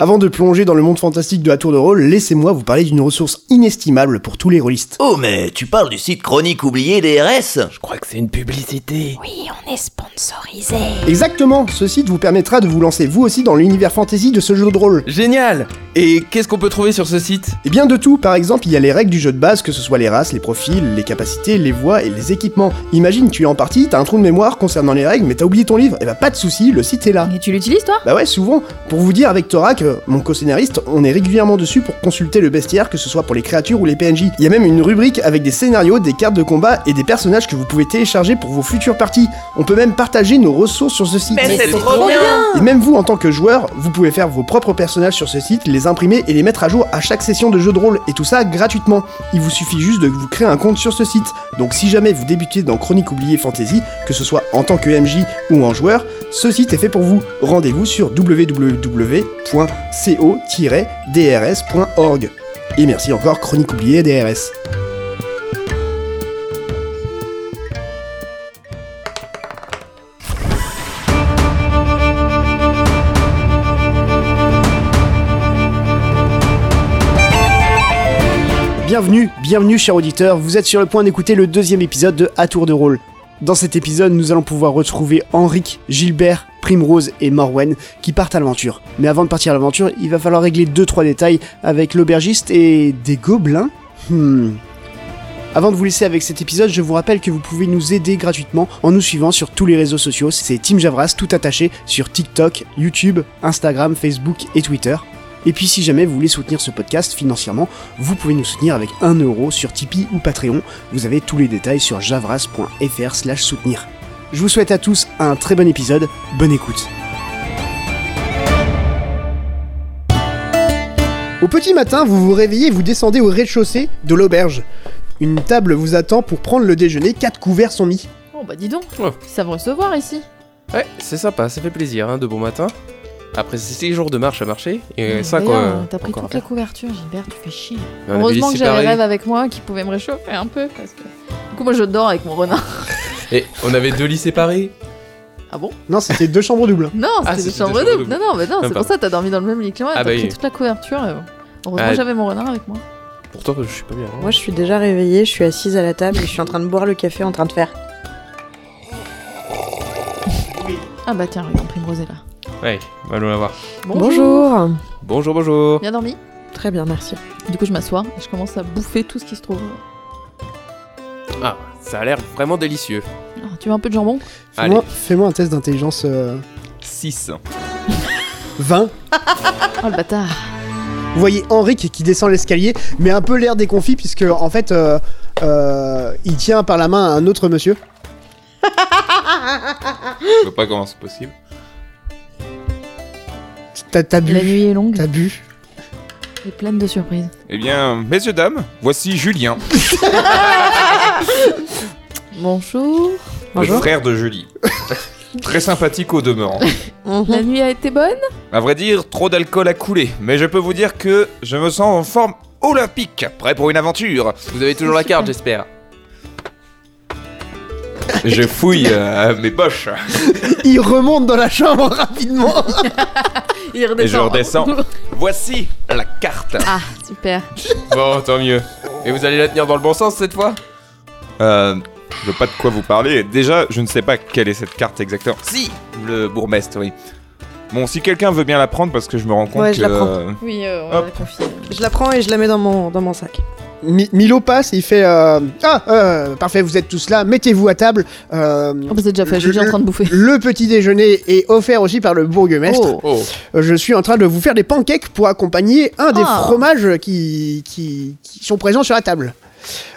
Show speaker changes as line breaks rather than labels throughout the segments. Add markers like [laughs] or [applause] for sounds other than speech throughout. Avant de plonger dans le monde fantastique de la tour de rôle, laissez-moi vous parler d'une ressource inestimable pour tous les rôlistes.
Oh, mais tu parles du site Chronique oubliée des RS
Je crois que c'est une publicité.
Oui, on est sponsorisé.
Exactement, ce site vous permettra de vous lancer vous aussi dans l'univers fantasy de ce jeu de rôle.
Génial Et qu'est-ce qu'on peut trouver sur ce site
Et bien de tout, par exemple, il y a les règles du jeu de base, que ce soit les races, les profils, les capacités, les voix et les équipements. Imagine, tu es en partie, t'as un trou de mémoire concernant les règles, mais t'as oublié ton livre, et bah pas de souci, le site est là.
Et tu l'utilises toi
Bah ouais, souvent, pour vous dire avec Thorac, euh, mon co-scénariste, on est régulièrement dessus pour consulter le bestiaire, que ce soit pour les créatures ou les PNJ. Il y a même une rubrique avec des scénarios, des cartes de combat et des personnages que vous pouvez télécharger pour vos futures parties. On peut même partager nos ressources sur ce site.
Mais c'est trop bien
Et même vous, en tant que joueur, vous pouvez faire vos propres personnages sur ce site, les imprimer et les mettre à jour à chaque session de jeu de rôle, et tout ça gratuitement. Il vous suffit juste de vous créer un compte sur ce site. Donc si jamais vous débutez dans Chronique oubliée Fantasy, que ce soit en tant que MJ ou en joueur, ce site est fait pour vous. Rendez-vous sur www.co-drs.org. Et merci encore Chronique oubliée DRS. Bienvenue, bienvenue chers auditeurs, vous êtes sur le point d'écouter le deuxième épisode de À Tour de Rôle. Dans cet épisode, nous allons pouvoir retrouver Henrik, Gilbert, Primrose et Morwen qui partent à l'aventure. Mais avant de partir à l'aventure, il va falloir régler 2-3 détails avec l'aubergiste et des gobelins Hmm. Avant de vous laisser avec cet épisode, je vous rappelle que vous pouvez nous aider gratuitement en nous suivant sur tous les réseaux sociaux. C'est Team Javras tout attaché sur TikTok, YouTube, Instagram, Facebook et Twitter. Et puis si jamais vous voulez soutenir ce podcast financièrement, vous pouvez nous soutenir avec 1 euro sur Tipeee ou Patreon. Vous avez tous les détails sur javras.fr slash soutenir. Je vous souhaite à tous un très bon épisode, bonne écoute. Au petit matin, vous vous réveillez et vous descendez au rez-de-chaussée de l'auberge. Une table vous attend pour prendre le déjeuner, quatre couverts sont mis.
Oh bah dis donc,
Ouais.
ils savent recevoir ici.
Ouais, c'est sympa, ça fait plaisir, hein, de bon matin. Après 6 jours de marche à marcher, et
Mais
ça quoi.
Ah, d'ailleurs,
euh,
T'as pris
encore
toutes
bien.
les couvertures, Gilbert, tu fais chier.
On avait
Heureusement
dit
que
c'est
j'avais
pareil.
Rêve avec moi qui pouvait me réchauffer un peu. Parce que... Du coup, moi je dors avec mon renard. [laughs]
Et on avait deux lits séparés.
Ah bon
Non, c'était deux [laughs] chambres doubles. hein.
Non,
Ah,
c'était des
c'était des
chambres
chambres
doubles.
doubles.
Non, non, mais non,
Même
c'est
pas.
pour ça que t'as dormi dans le même lit que moi.
Ah
T'as
bah
pris
oui.
toute la couverture. euh, Heureusement
Ah.
que j'avais mon renard avec moi.
Pourtant, je suis pas bien. hein.
Moi, je suis déjà réveillée, je suis assise à la table et je suis en train de boire le café en train de faire.
Ah bah tiens, regarde, Primrose est là.
Ouais, allons la voir.
Bonjour
Bonjour, bonjour.
Bien dormi
Très bien, merci.
Du coup, je m'assois et je commence à bouffer tout ce qui se trouve.
Ah, ça a l'air vraiment délicieux.
Ah, tu veux un peu de jambon
Fais-moi fais-moi un test d'intelligence euh,
6.
20.
Oh le bâtard
Vous voyez Henrik qui descend l'escalier, mais un peu l'air déconfit, puisque en fait, euh, euh, il tient par la main un autre monsieur.
Je vois pas comment c'est possible.
T'as t'as
La
bu.
nuit est longue
T'as bu.
et pleine de surprises.
Eh bien, messieurs, dames, voici Julien,
Bonjour
le frère de Julie. Très sympathique au demeurant.
Mhm.
La nuit a été bonne
À vrai dire, trop d'alcool a coulé, mais je peux vous dire que je me sens en forme olympique, prêt pour une aventure.
Vous avez toujours la carte, j'espère.
Je fouille euh, mes poches.
Il remonte dans la chambre rapidement.
Il redescend.
Et je redescends. Voici la carte.
Ah, super.
Bon, tant mieux. Et vous allez la tenir dans le bon sens cette fois
Euh, je veux pas de quoi vous parler. Déjà, je ne sais pas quelle est cette carte exactement. Si, le bourgmestre, oui. Bon, si quelqu'un veut bien la prendre, parce que je me rends compte
Ouais,
que...
je la prends.
euh,
Oui, euh, on
Hop.
l'a confié.
Je la prends et je la mets dans mon, dans mon sac.
Mi- Milo passe, il fait euh, Ah, euh, parfait, vous êtes tous là, mettez-vous à table. Euh,
Oh, bah, c'est déjà fait, je suis en train de bouffer.
le petit déjeuner est offert aussi par le bourgmestre.
Oh,
Oh,
Euh, Je suis en train de vous faire des pancakes pour accompagner un des
Ah.
fromages qui, qui, qui sont présents sur la table.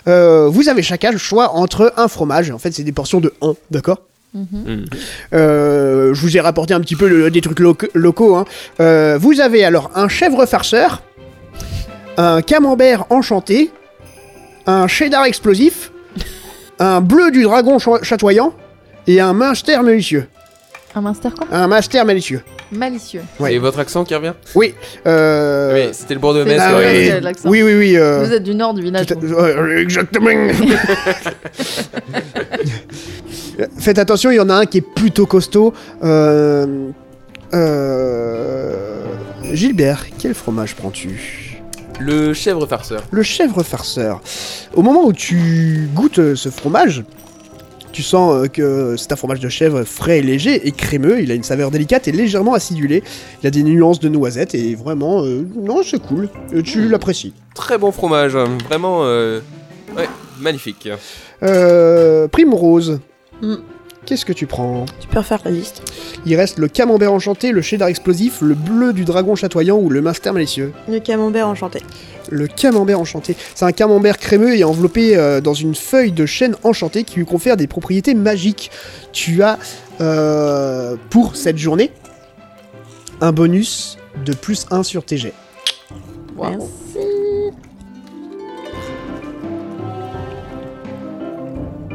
Euh, vous avez chacun le choix entre un fromage, en fait c'est des portions de 1, d'accord
Mm-hmm.
Mhm.
Euh, je vous ai rapporté un petit peu le- des trucs loc- locaux. hein. Euh, vous avez alors un chèvre farceur, un camembert enchanté, un cheddar explosif, un bleu du dragon cha- chatoyant et un minster malicieux.
un minster quoi
Un master malicieux.
Malicieux.
Ouais.
Et votre accent qui revient
Oui. euh,
Oui, c'était le bourg de
C'est-
Metz.
ah
c'est
ouais.
vrai,
oui.
vous avez de l'accent.
oui, oui, oui. euh,
Vous êtes du nord du village.
tout à-
vous.
euh, exactement. [laughs] Faites attention, il y en a un qui est plutôt costaud. Euh, euh, Gilbert, quel fromage prends-tu
Le chèvre farceur.
le chèvre farceur. Au moment où tu goûtes euh, ce fromage, tu sens euh, que c'est un fromage de chèvre frais et léger et crémeux. Il a une saveur délicate et légèrement acidulée. Il a des nuances de noisette et vraiment, euh, non, c'est cool. Euh, tu l'apprécies.
Très bon fromage, hein. vraiment. euh, Ouais, magnifique.
Euh, Primrose.
Mm.
Qu'est-ce que tu prends
Tu peux refaire la liste.
Il reste le camembert enchanté, le cheddar explosif, le bleu du dragon chatoyant ou le master malicieux.
Le camembert enchanté.
Le camembert enchanté. C'est un camembert crémeux et enveloppé euh, dans une feuille de chêne enchantée qui lui confère des propriétés magiques. Tu as, euh, pour cette journée, un bonus de plus 1 sur tes jets.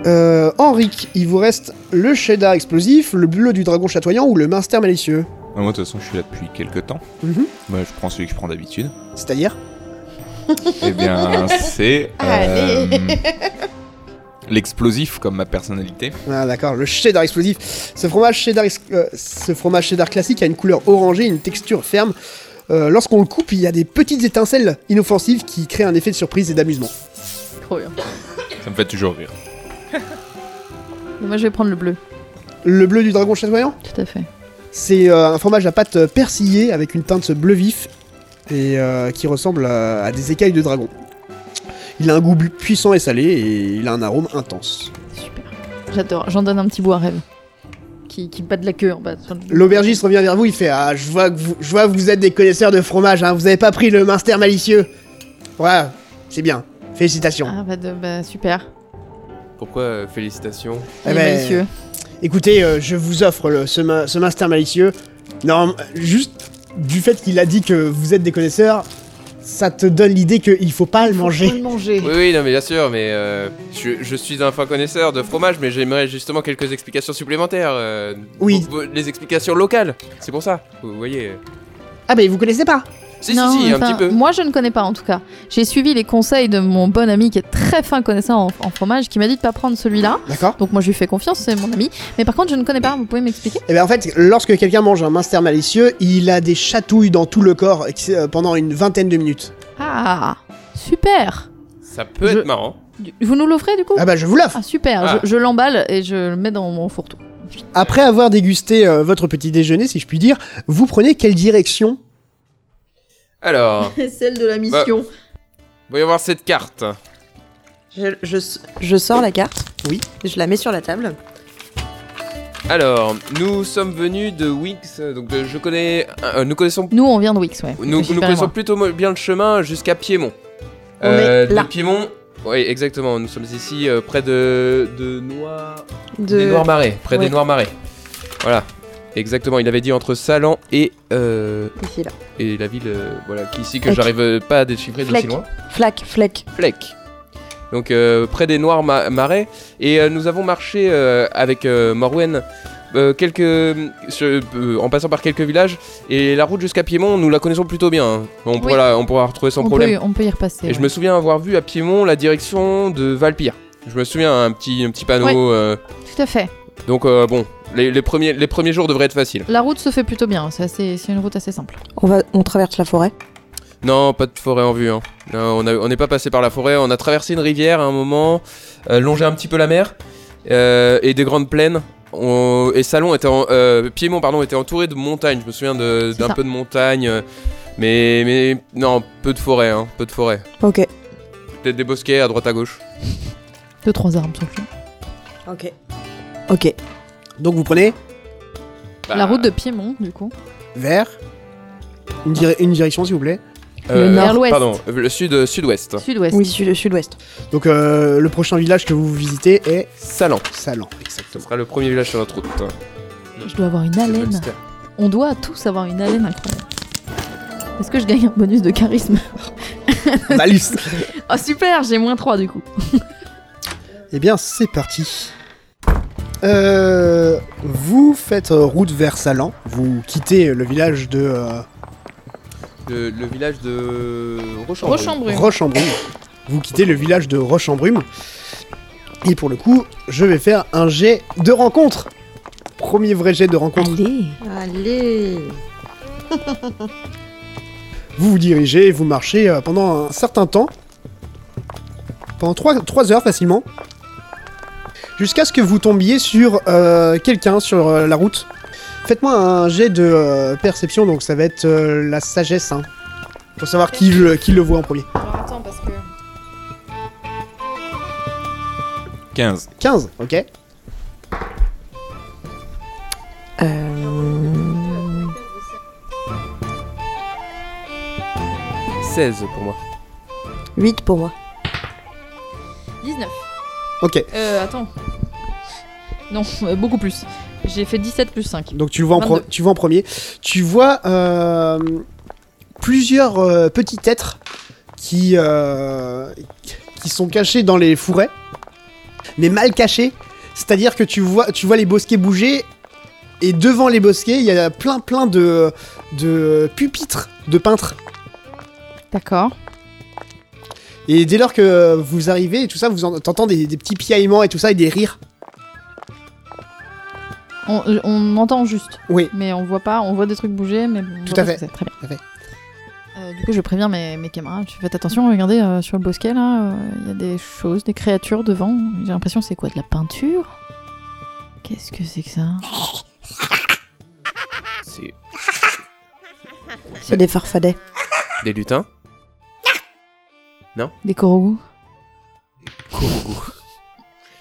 Euh, Henrik, il vous reste le cheddar explosif, le bleu du dragon chatoyant ou le minster malicieux.
Ah, Moi, de toute façon, je suis là depuis quelques temps.
Mhm.
Moi, je prends celui que je prends d'habitude.
C'est-à-dire
Eh bien,
[laughs]
c'est. euh, L'explosif comme ma personnalité.
Ah d'accord, le cheddar explosif. Ce fromage cheddar, ex- euh, ce fromage cheddar classique a une couleur orangée, une texture ferme. Euh, Lorsqu'on le coupe, il y a des petites étincelles inoffensives qui créent un effet de surprise et d'amusement.
Trop bien.
Ça me fait toujours rire.
Mais moi, je vais prendre le bleu.
Le bleu du dragon chatoyant
Tout à fait.
C'est euh, un fromage à pâte euh, persillée avec une teinte bleu vif et euh, qui ressemble à, à des écailles de dragon. Il a un goût bu- puissant et salé et il a un arôme intense.
Super. J'adore. J'en donne un petit bout à rêve. Qui, qui bat de la queue en bas.
L'aubergiste revient vers vous, il fait Ah, je vois que vous, je vois que vous êtes des connaisseurs de fromage, hein, vous avez pas pris le minster malicieux. Voilà, c'est bien. Félicitations.
Ah, bah, de- bah, super.
Pourquoi euh, félicitations
Eh
Il est
ben,
malicieux.
Écoutez, euh, je vous offre le- ce, ma- ce master malicieux. Non, juste du fait qu'il a dit que vous êtes des connaisseurs, ça te donne l'idée qu'il faut pas le
Faut
manger.
le manger.
Oui, oui, non, mais bien sûr, mais euh, je, je suis un fin connaisseur de fromage, mais j'aimerais justement quelques explications supplémentaires. euh,
Oui.
pour- pour les explications locales, c'est pour ça, vous voyez.
Ah, mais vous connaissez pas
Si,
Non,
si, si, un
enfin,
petit peu.
Moi, je ne connais pas en tout cas. J'ai suivi les conseils de mon bon ami qui est très fin connaissant en, en fromage, qui m'a dit de pas prendre celui-là.
D'accord
Donc moi, je lui fais confiance, c'est mon ami. Mais par contre, je ne connais pas. Vous pouvez m'expliquer
Eh bien, en fait, lorsque quelqu'un mange un minster malicieux, il a des chatouilles dans tout le corps euh, pendant une vingtaine de minutes.
Ah, super.
Ça peut
Je-
être marrant.
Du- Vous nous l'offrez du coup
Ah, bah, je vous l'offre
Ah, super.
Ah.
Je, je l'emballe et je le mets dans mon
[laughs]
fourre-tout.
Après avoir dégusté euh, votre petit déjeuner, si je puis dire, vous prenez quelle direction
Alors, [laughs]
Celle de la
mission. voyons voir cette carte.
Je, je, je sors la carte.
Oui.
Et Je la mets sur la table.
Alors, nous sommes venus de Wix, euh, donc de- je connais, euh, nous connaissons,
Nous, on vient de Wix, ouais.
nous,
Gilbert
nous
et
connaissons
moi.
plutôt mo- bien le chemin jusqu'à Piémont. Euh,
On est
de
là.
Piémont. Oui, exactement. Nous sommes ici euh, près de de Noir.
De...
Des Noirs Marais, près
Ouais.
des Noirs Marais. Voilà, exactement. Il avait dit entre Salan et euh,
Ici, là.
et la ville, euh, voilà, qu'ici que
Fleck.
j'arrive euh, pas à déchiffrer d'aussi
Fleck.
loin.
Flac, flec.
Fleck. Donc euh, près des Noirs Ma- Marais et euh, nous avons marché euh, avec euh, Morwen. euh, quelques, sur- euh, en passant par quelques villages et la route jusqu'à Piémont, nous la connaissons plutôt bien. hein. On,
Oui.
pourra, la- on pourra la retrouver sans
on
problème.
Peut, on peut y repasser.
Et je
ouais.
me souviens avoir vu à Piémont la direction de Valpire. Je me souviens un petit, un petit panneau.
Ouais.
euh,
Tout à fait.
donc euh, bon, les, les premiers, les premiers jours devraient être faciles.
La route se fait plutôt bien. C'est assez- c'est une route assez simple.
On, va, on traverse la forêt.
Non, pas de forêt en vue. Hein. Non, on a- on n'est pas passé par la forêt. On a traversé une rivière à un moment, euh, longé un petit peu la mer euh, et des grandes plaines. On- et Salon était en, euh, Piémont pardon était entouré de montagnes. Je me souviens de-
C'est
d'un
ça.
peu de montagnes, euh, mais mais non, peu de forêt, hein, peu de forêt.
Ok.
Peut-être des bosquets à droite à gauche.
Deux, trois armes sur le chemin.
Ok. Ok.
Donc vous prenez
Bah,
La route de Piémont, du coup.
vers une, dire- une direction s'il vous plaît.
le nord. Vers l'ouest.
Euh, Pardon, le sud euh, sud-ouest.
Sud-ouest.
Oui, sud- sud-ouest.
Donc euh, le prochain village que vous visitez est
Salan.
Salan,
Ce
exactement.
sera le premier village sur notre route.
Je dois avoir une
C'est le
haleine.
mystère.
On doit tous avoir une haleine incroyable. Est-ce que je gagne un bonus de charisme [laughs]
Malus.
Oh super, j'ai moins 3 du coup.
Eh bien, c'est parti. Euh, vous faites euh, route vers Salan. Vous quittez le village de euh,
Le, le village de Rochambeau.
Rochambrune.
Roche en Brume. Vous quittez le village de Roche en Brume. Et pour le coup, je vais faire un jet de rencontre. Premier vrai jet de rencontre.
Allez
Allez.
Vous vous dirigez, vous marchez euh, pendant un certain temps, pendant 3, heures facilement, jusqu'à ce que vous tombiez sur euh, quelqu'un sur euh, la route. Faites-moi un jet de euh, perception, donc ça va être euh, la sagesse, hein, pour savoir qui le, qui le voit en premier.
Alors attends, parce que.
15.
15, ok
Euh...
16 pour moi.
8 pour moi.
19.
Ok,
Euh, attends. Non, euh, beaucoup plus. J'ai fait 17 plus 5.
donc tu le vois en, pro-
22.
tu le vois en premier. Tu vois euh, plusieurs euh, petits êtres qui, euh, qui sont cachés dans les fourrés, mais mal cachés. C'est-à-dire que tu vois, tu vois les bosquets bouger, et devant les bosquets, il y a plein plein de, de pupitres de peintres.
D'accord.
Et dès lors que vous arrivez et tout ça, vous en- t'entends des, des petits piaillements et tout ça, et des rires.
On, euh, on entend juste.
Oui.
Mais on voit pas, on voit des trucs bouger, mais on
Tout
voit
à
pas
fait.
ce que c'est. Très bien.
Tout à fait.
Euh, du coup, je préviens mes, mes camarades. Je fais, faites attention, regardez euh, sur le bosquet là, euh, il y a des choses, des créatures devant. J'ai l'impression que c'est quoi de la peinture Qu'est-ce que c'est que ça
C'est
C'est des farfadets.
des lutins.
Des coraux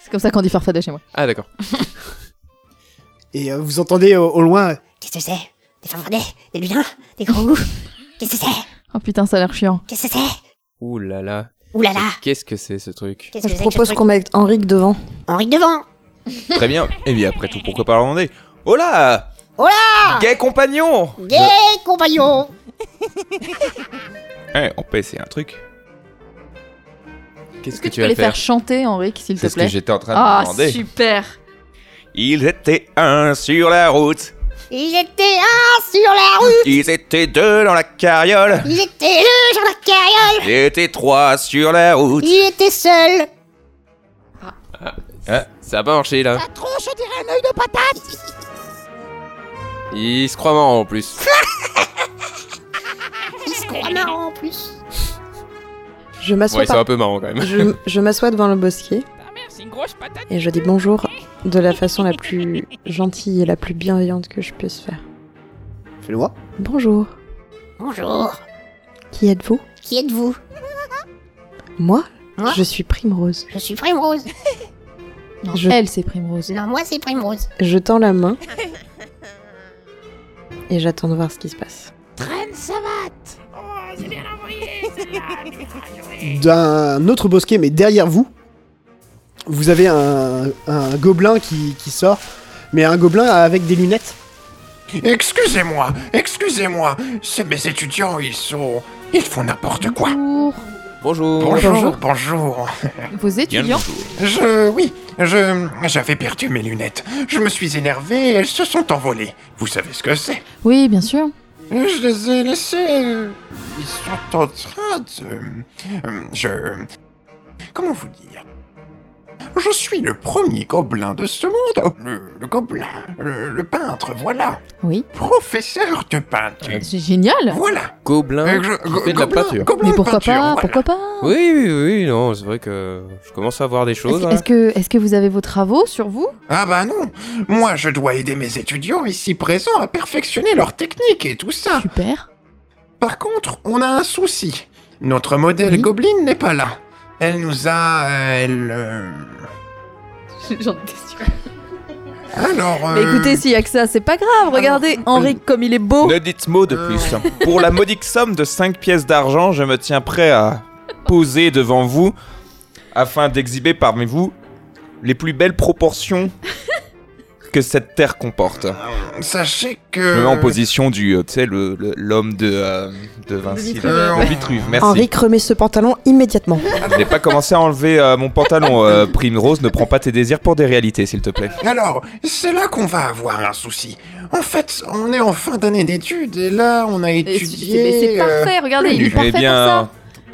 C'est comme ça qu'on dit farfadet chez moi.
Ah d'accord.
Et euh, vous entendez au- au loin euh,
Qu'est-ce que c'est Des farfadets Des lutins Des gros goûts Qu'est-ce que c'est
Oh putain, ça a l'air chiant.
Qu'est-ce que c'est
Ouh là là.
Ouh là là
Qu'est-ce que c'est ce truc
Qu'est-ce que c'est
Je
que ce
propose
truc
qu'on mette Henrik devant.
Henri devant
[laughs]
Très bien. Et bien après tout, pourquoi pas leur demander Oh là
Oh
là Gay compagnon
Gay compagnon
Eh, on peut essayer un truc.
Qu'est-ce
Est-ce que, tu peux les faire chanter, Henrik, s'il te
C'est ce que
plaît
j'étais en train de
Ah,
demander.
super
Ils étaient un sur la route.
Ils étaient un sur la rue
Ils étaient deux dans la carriole.
[laughs]
Ils étaient deux sur la carriole
Ils étaient trois sur la route.
Ils étaient seuls
Ça a pas marché là.
La tronche, on dirait un œil de patate
Il se croit marrant en plus.
Ils se croient marrants en plus
Je m'assois
Ouais,
par-
c'est un peu marrant quand même.
je, je m'assois devant le bosquet. Et je dis bonjour de la façon la plus gentille et la plus bienveillante que je puisse faire.
Fais-le-moi.
Bonjour.
Bonjour
Qui êtes-vous
Qui êtes-vous
Moi
Moi
Je suis Primrose.
Je suis Primrose
Non,
Je-
Elle, c'est Primrose.
Non, moi c'est Primrose
Je tends la main. Et j'attends de voir ce qui se passe.
d'un autre bosquet, mais derrière vous, vous avez un, un gobelin qui, qui sort, mais un gobelin avec des lunettes.
Excusez-moi, excusez-moi, ces mes étudiants, ils sont... Ils font n'importe quoi.
Bonjour.
Bonjour.
Bonjour, bonjour.
Vos étudiants
Je... oui, je... J'avais perdu mes lunettes. Je me suis énervé et elles se sont envolées. Vous savez ce que c'est
Oui, bien sûr.
Je les ai laissées... euh, Ils sont en train de... euh, Je... Comment vous dire Je suis le premier gobelin de ce monde. Le, le gobelin, le- le peintre, voilà.
Oui.
Professeur de peinture.
C'est génial.
Voilà.
Gobelin
Euh, je-
Hein qui
go-
fait de la
gobelin-
peinture.
gobelin
Mais
de
pourquoi
peinture,
pas
voilà.
Pourquoi pas
Oui, oui, oui, non, c'est vrai que je commence à voir des
Est-ce
choses.
que,
hein.
est-ce que, est-ce que vous avez vos travaux sur vous
Ah bah non Moi, je dois aider mes étudiants ici présents à perfectionner leur technique et tout
Ah.
ça.
Super.
Par contre, on a un souci. Notre modèle
Oui.
Goblin n'est pas là. Elle nous a... euh, Elle... euh,
J'en étais sûre.
Alors...
Mais
euh,
écoutez, s'il y a que ça, c'est pas grave. Regardez, Henri, comme il est beau.
Ne dites mot de plus. [laughs] Pour la modique somme de 5 pièces d'argent, je me tiens prêt à poser devant vous afin d'exhiber parmi vous les plus
[laughs]
belles proportions que cette terre comporte.
euh, Sachez
Je
que...
me mets en position du, euh, tu sais, le- le- l'homme de, euh, de Vinci.
Vitruve.
là.
Euh,
De Vitruve, merci. Euh,
Henrik remet ce pantalon immédiatement.
Je n'ai pas commencé à enlever euh, mon pantalon, euh, Primrose. Ne prends pas tes désirs pour des réalités, s'il te plaît.
Alors, c'est là qu'on va avoir un souci. En fait, on est en fin d'année d'études et là, on a
Et c'est- mais
étudié...
c'est
euh,
parfait, regardez, il est
Eh
parfait pour ça.
bien,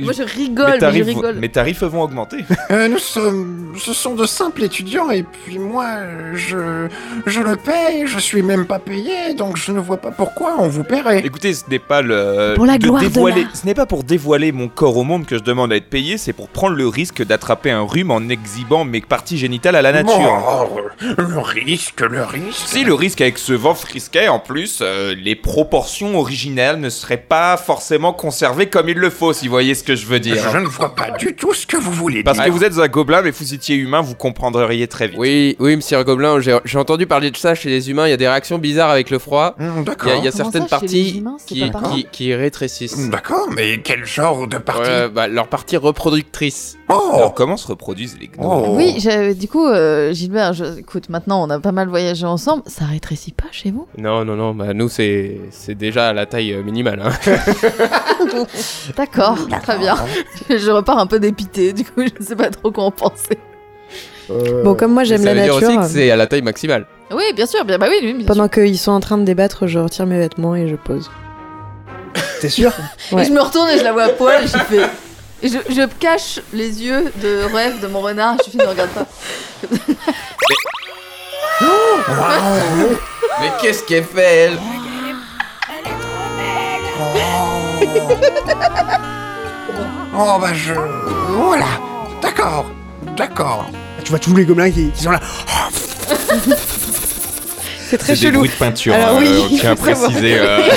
Moi je rigole, mais je
tarifs,
rigole.
mes tarifs vont augmenter.
Euh, nous sommes. Ce sont de simples étudiants, et puis moi, je. Je le paye, je suis même pas payé, donc je ne vois pas pourquoi on vous paierait.
Écoutez, ce n'est pas le
Pour la
de
gloire de
dévoiler,
l'art.
ce n'est pas pour dévoiler mon corps au monde que je demande à être payé, c'est pour prendre le risque d'attraper un rhume en exhibant mes parties génitales à la nature.
Oh, le risque, le risque.
Si le risque avec ce vent frisquet, en plus, euh, les proportions originales ne seraient pas forcément conservées comme il le faut, si vous voyez ce que je veux dire.
Je ne vois pas du tout ce que vous voulez
Parce
dire.
que vous êtes un gobelin, mais vous étiez humain, vous comprendriez très vite.
Oui, oui, monsieur Gobelin, j'ai j'ai entendu parler de ça chez les humains, il y a des réactions bizarres avec le froid.
Hmm,
Il y a, il
D'accord. Hmm,
y a
Comment ça,
certaines
chez les
parties
humains, c'est
qui,
pas pareil
qui, qui rétrécissent.
D'accord, mais quel genre de partie
Ouais, bah, leur partie reproductrice.
Oh
Alors, comment se reproduisent les gnomes
Oh.
Oui, j'ai- du coup, euh, Gilbert, je- écoute, maintenant on a pas mal voyagé ensemble, ça rétrécit pas chez vous
Non, non, non, bah nous c'est c'est déjà à la taille euh, minimale. hein.
D'accord, très bien. [laughs] je repars un peu dépité, du coup, je ne sais pas trop quoi en penser.
Bon, comme moi j'aime
Ça
la
veut dire
nature,
aussi que c'est à la taille maximale.
Oui, bien sûr, bien, bah oui, lui, bien sûr.
pendant qu'ils sont en train de débattre, je retire mes vêtements et je pose.
T'es sûr
Ouais.
Et je me retourne et je la vois à poil, j'ai fait. et Je, je cache les yeux de rêve de mon renard, je fais ne regarde pas.
Waouh.
Mais qu'est-ce qu'elle fait elle
[laughs] Oh bah je... Voilà D'accord D'accord
Tu vois tous les gobelins qui, qui sont là.
C'est très
C'est des
chelou.
bruits de peinture,
Alors
hein,
oui,
euh, on
il
tient à
faut savoir.
préciser. euh. [laughs]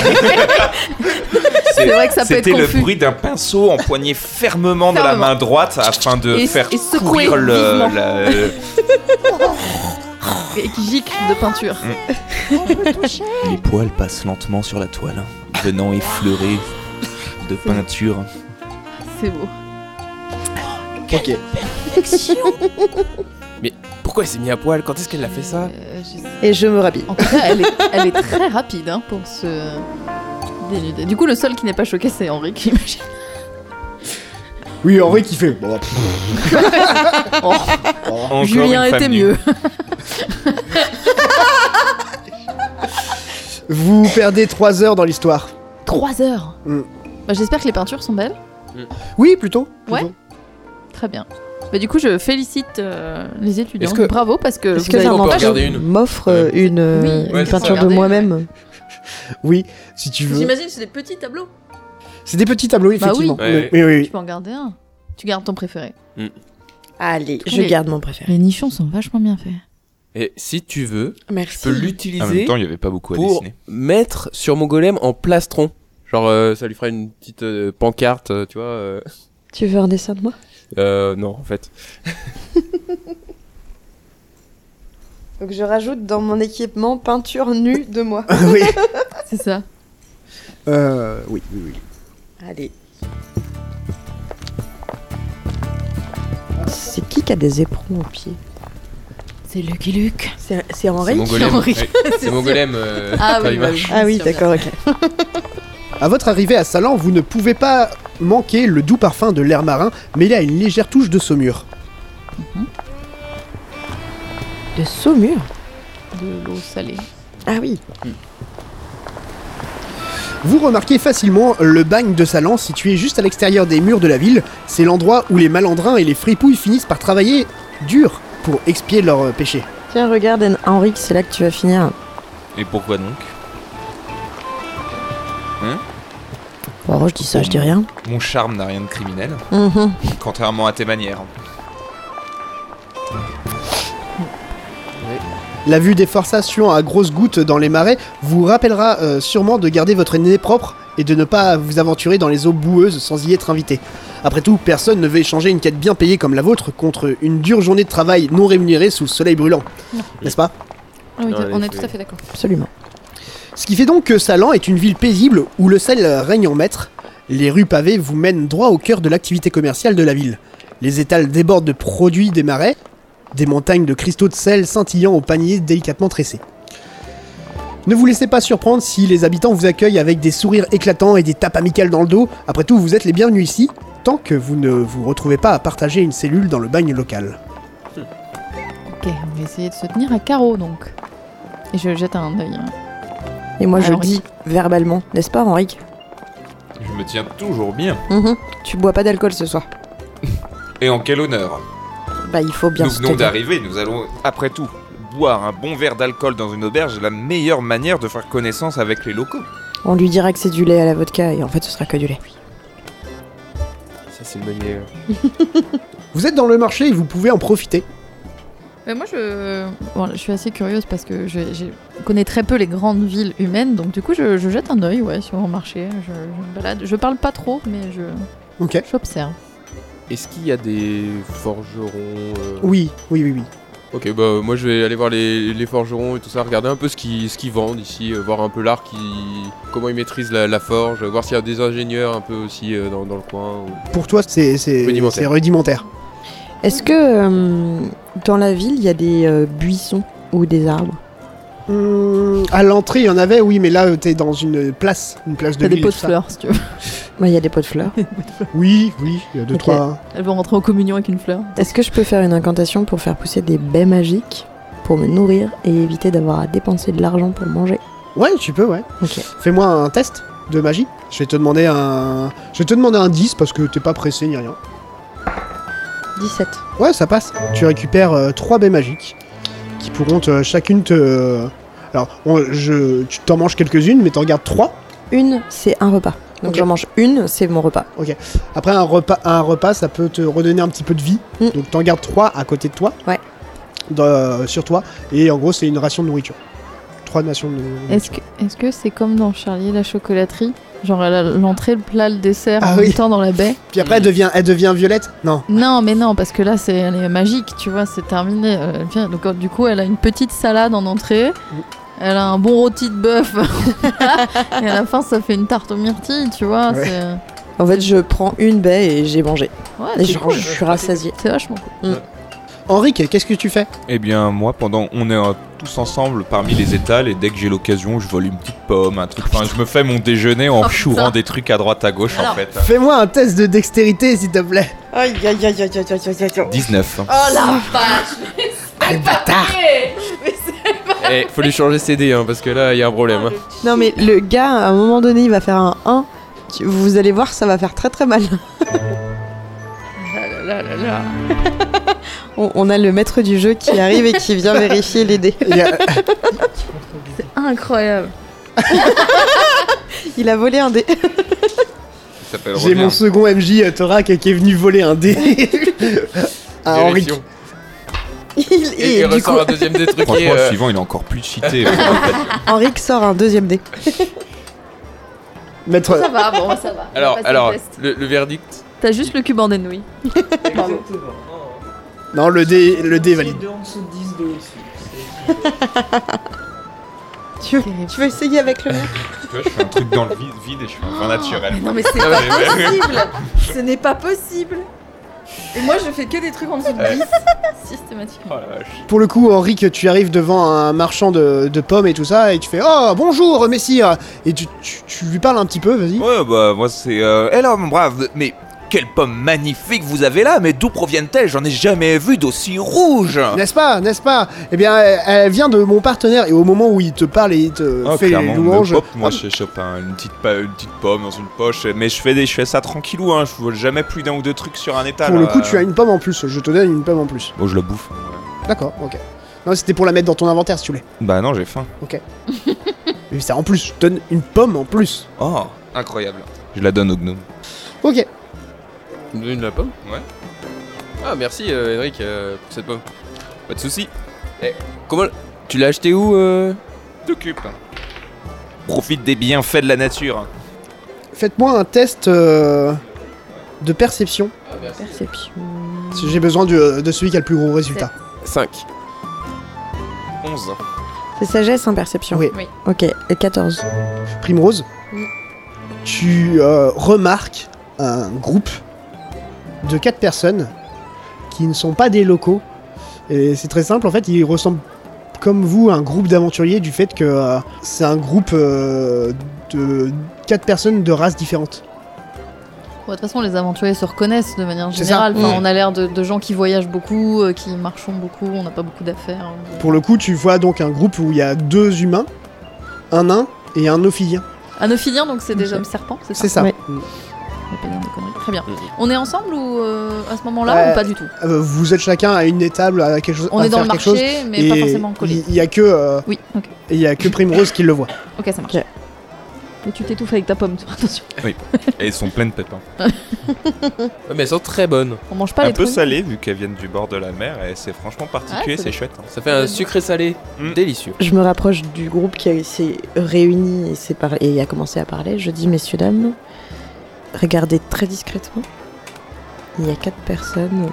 C'est vrai que ça peut être
C'était le
confus.
bruit d'un pinceau empoigné fermement de la
Fermement.
main droite afin de
Et-
faire
et secouer
courir le,
vivement.
la- euh,
Et qui gicle de peinture.
Mm.
[laughs]
Les poils passent lentement sur la toile, hein, venant effleurer de peinture.
C'est beau.
Ok.
Pourquoi elle s'est mise à poil Quand est-ce qu'elle a fait ça
Euh, je sais-
Et je me rhabille.
En tout cas, elle est, elle est très rapide hein, pour se dénuder. Du coup, le seul qui n'est pas choqué, c'est Henri qui imagine.
Oui, Henri qui fait. Bon, bah, pff,
Encore
Julien
une femme
était
nue. [laughs]
mieux.
Vous perdez 3 heures dans l'histoire.
3 heures
Mm.
bah, J'espère que les peintures sont belles.
Oui, plutôt.
Ouais.
plutôt.
Très bien. Bah, du coup, je félicite euh, les étudiants.
Est-ce que-
Bravo parce que
Est-ce
vous
que
avez
ça
on peut
l'avantage.
regarder
m'empêche
une
m'offre euh, une, euh,
Oui,
une
ouais, c'est
peinture
ça.
de moi-même
Oui, si tu veux.
J'imagine c'est des petits tableaux.
C'est des petits tableaux,
Bah oui.
effectivement.
Ouais.
Oui, oui,
Tu peux en garder un. Tu gardes ton préféré.
Allez, je
Oui.
garde mon préféré.
Les nichons sont vachement bien faits.
Et si tu veux, je
Merci.
peux
En même
l'utiliser
temps, il n'y avait pas beaucoup à
pour
dessiner.
mettre sur mon golem en plastron. Genre euh, ça lui fera une petite euh, pancarte, euh, tu vois. euh,
Tu veux un dessin de moi
euh, non en fait.
Donc je rajoute dans mon équipement peinture nue de moi.
oui. [laughs] oui.
[laughs] C'est ça.
Euh, oui, oui, oui.
[laughs] Allez. C'est qui qui a des éperons aux pieds
C'est Lucky Luke.
C'est c'est
C'est
Henri
mon golem.
Henri. [laughs]
Ouais, C'est mon golem. euh,
Ah
quand
oui,
il marche.
bah oui,
[laughs] Ah oui,
bien sûr,
d'accord, ok.
À votre arrivée à Salan, vous ne pouvez pas manquer le doux parfum de l'air marin, mais il a une légère touche de saumure.
De Saumur
bien sûr. De l'eau salée.
Ah oui.
Vous remarquez facilement le bagne de Salan situé juste à l'extérieur des murs de la ville. C'est l'endroit où les malandrins et les fripouilles finissent par travailler dur pour expier leurs euh, péchés.
Tiens, regarde Hen- Henri, c'est là que tu vas finir.
Et pourquoi donc
Bon, oh, je dis ça, je dis rien.
Mon charme n'a rien de criminel,
Mhm.
contrairement à tes manières.
La vue des forçations à grosses gouttes dans les marais vous rappellera euh, sûrement de garder votre nez propre et de ne pas vous aventurer dans les eaux boueuses sans y être invité. Après tout, personne ne veut échanger une quête bien payée comme la vôtre contre une dure journée de travail non rémunérée sous le soleil brûlant. N'est-ce pas
Ah oui,
Non,
on
allez,
est tout
c'est-
à fait d'accord.
Absolument.
Ce qui fait donc que Salan est une ville paisible où le sel règne en maître. Les rues pavées vous mènent droit au cœur de l'activité commerciale de la ville. Les étals débordent de produits des marais, des montagnes de cristaux de sel scintillant au panier délicatement tressé. Ne vous laissez pas surprendre si les habitants vous accueillent avec des sourires éclatants et des tapes amicales dans le dos. Après tout, vous êtes les bienvenus ici, tant que vous ne vous retrouvez pas à partager une cellule dans le bagne local.
Ok, on va essayer de se tenir à carreau donc. Et je jette un œil. hein.
Et moi, je
Alors,
dis verbalement, n'est-ce pas, Henri
Je me tiens toujours bien.
Mhm. Tu bois pas d'alcool ce soir.
Et en quel honneur
Bah, il faut bien
Nous
se
venons
tenir.
d'arriver, nous allons, après tout, boire un bon verre d'alcool dans une auberge est la meilleure manière de faire connaissance avec les locaux.
On lui dira que c'est du lait à la vodka et en fait ce sera que du lait.
Ça, c'est le meilleur.
Vous êtes dans le marché et vous pouvez en profiter.
Mais Euh, moi, je... Bon, je suis assez curieuse parce que je, je connais très peu les grandes villes humaines, donc du coup, je, je jette un œil ouais, sur mon marché. Je, je me balade. Je parle pas trop, mais je
Ok.
j'observe.
Est-ce qu'il y a des forgerons euh,
Oui, oui, oui, oui.
Ok, bah moi je vais aller voir les, les forgerons et tout ça, regarder un peu ce qu'ils ce qu'ils vendent ici, euh, voir un peu l'art, qui, comment ils maîtrisent la, la forge, voir s'il y a des ingénieurs un peu aussi euh, dans, dans le coin. ou-
Pour toi, c'est c'est-
Rudimentaire.
c'est rudimentaire.
Est-ce que euh, dans la ville il y a des euh, buissons ou des arbres
Hum, à l'entrée, il y en avait, oui, mais là, euh, t'es dans une place, une place de
T'as des
ville. et
pots de
tout ça.
fleurs, si [laughs] tu veux.
Moi il y a des pots
[laughs]
de fleurs.
Oui, oui, il y a deux,
Ok.
trois.
Elles vont rentrer en communion avec une fleur.
Est-ce que je peux faire une incantation pour faire pousser des baies magiques pour me nourrir et éviter d'avoir à dépenser de l'argent pour manger
Ouais, tu peux, ouais.
Ok.
Fais-moi un test de magie. Je vais te demander un. Je vais te demander un 10 parce que t'es pas pressé ni rien.
17.
Ouais, ça passe. Tu récupères 3 baies magiques qui pourront te- chacune te. Alors, on- je, tu t'en manges quelques-unes, mais t'en gardes 3.
Une c'est un repas. Donc
Ok.
j'en mange une, c'est mon repas.
Après, un repas, un repas, ça peut te redonner un petit peu de vie.
Mm.
Donc, t'en gardes 3 à côté de toi.
Ouais.
Dans- euh, sur toi. Et en gros, c'est une ration de nourriture. 3 nations de nourriture.
Est-ce que est-ce que c'est comme dans Charlie et la chocolaterie Genre à la- l'entrée, le plat, le dessert,
Ah
en
oui.
même temps dans la baie
Puis après, elle devient, elle devient violette Non.
Non, mais non, parce que là, c'est, elle est magique, tu vois, c'est terminé. Euh, elle vient- donc, euh, du coup, elle a une petite salade en entrée. Elle a un bon rôti de bœuf. [laughs] et à la fin, ça fait une tarte aux myrtilles, tu vois.
Ouais.
C'est,
En fait je prends une baie et j'ai mangé.
ouais,
Et
c'est
genre,
cool.
je suis rassasiée.
C'est vachement cool.
Henrique, qu'est-ce que tu fais
Eh bien, moi, pendant on est euh, tous ensemble parmi les étals, et dès que j'ai l'occasion, je vole une petite pomme, un truc. Enfin, je me fais mon déjeuner en
Oh,
chourant
putain.
des trucs à droite à gauche, en fait.
Fais-moi un test de dextérité, s'il te plaît.
Aïe aïe aïe aïe aïe aïe aïe.
19. hein.
Ah.
Oh
Eh, faut lui changer ses dés, hein, parce que là, il y a un problème. hein.
Non mais le gars à un moment donné il va faire un 1. Tu- Vous allez voir ça va faire très très mal. [laughs] On, on a le maître du jeu qui arrive et qui vient vérifier les dés.
Il y a-
Incroyable.
Il a volé un dé. [laughs]
Ça s'appelle
J'ai mon
revenir.
second MJ euh, Thorac qui est venu voler un dé Ah, à Henri.
Direction.
Il,
Et,
Ah, et
il
du coup,
ressort un deuxième des trucs
Franchement,
et, euh,
le suivant, il est encore plus
[laughs]
cheaté.
Henrik sort un deuxième dé.
Maître.
Ça va, bon, ça va.
Alors,
Passe le
alors
test.
le, le verdict
T'as juste le cube en enouille.
Non, le dé, le dé est valide.
Tu veux, tu veux essayer avec le mien
tu vois, je fais un truc dans le vide, vide et je suis un vin naturel.
Non mais c'est
Ah
pas
ouais, ouais.
possible Ce n'est pas possible Et moi je fais que des trucs en dessous de 10
Systématiquement.
Oh la vache.
Pour le coup, Henrique, tu arrives devant un marchand de, de pommes et tout ça, et tu fais Oh, bonjour, messire Et tu, tu- tu lui parles un petit peu, vas-y.
Ouais, bah, moi, c'est. Euh... Alors, mon brave, mais quelle pomme magnifique vous avez là, mais d'où proviennent-elles J'en ai jamais vu d'aussi rouge
N'est-ce pas, n'est-ce pas Eh bien, elle, elle vient de mon partenaire, et au moment où il te parle et il te
Ah,
fait les
clairement,
louanges.
me pop, moi chez Chopin, une petite, pa- une petite pomme dans une poche, mais je fais, des, je fais ça tranquillou, hein, je vole jamais plus d'un ou deux trucs sur un étal.
pour le coup,
euh.
tu as une pomme en plus, je te donne une pomme en plus.
Bon, je la bouffe.
D'accord, ok. Non, c'était pour la mettre dans ton inventaire si tu voulais.
Bah non, j'ai faim.
Mais ça en plus, je te donne une pomme en plus.
Oh, incroyable. Je la donne au gnome.
Ok.
Tu me donnes de la pomme
Ouais.
Ah, merci, euh, Henrik, euh, pour cette pomme.
Pas de soucis. Eh,
Comment Tu l'as acheté où euh
T'occupe. Profite des bienfaits de la nature.
Faites-moi un test euh, de perception.
Perception.
Si J'ai besoin du- de celui qui a le plus gros résultat.
5.
11.
C'est sagesse en perception
Oui.
Oui.
Ok, et 14.
Primrose,
Oui.
tu euh, remarques un groupe de quatre personnes qui ne sont pas des locaux. Et c'est très simple, en fait, ils ressemblent comme vous à un groupe d'aventuriers du fait que euh, c'est un groupe euh, de quatre personnes de races différentes.
Bon, de toute façon, les aventuriers se reconnaissent de manière
C'est ça.
générale. Enfin,
Mm.
On a l'air de, de gens qui voyagent beaucoup, euh, qui marchons beaucoup, on n'a pas beaucoup d'affaires.
Pour le coup, tu vois donc un groupe où il y a deux humains, un nain et un ophilien.
Anophidiens, donc c'est des
Ok.
hommes serpents, c'est ça
C'est ça.
Ouais.
Mm.
Je vais pas dire de conneries. Très bien.
Mhm.
On est ensemble ou euh, à ce moment-là
Ouais.
ou pas du tout
Euh, vous êtes chacun à une table, à quelque chose.
On
à
est dans
faire
le
quelque chose,
marché, mais pas
et
forcément collés.
Il y, a que, euh,
Oui, ok.
il y a que Primrose qui le voit.
Ok, ça marche.
Ok.
Mais tu t'étouffes avec ta pomme, toi, [laughs] attention.
Et elles sont pleines de pépins.
Ouais, mais elles sont très bonnes.
On mange pas
un
les
peu
trucs.
salées vu qu'elles viennent du bord de la mer et c'est franchement particulier,
Ouais, c'est
c'est chouette. hein.
Ça fait un sucré salé
Mm.
délicieux.
Je me rapproche du groupe qui s'est réuni et, s'est par- et a commencé à parler. Je dis, messieurs, dames, regardez très discrètement. Il y a quatre personnes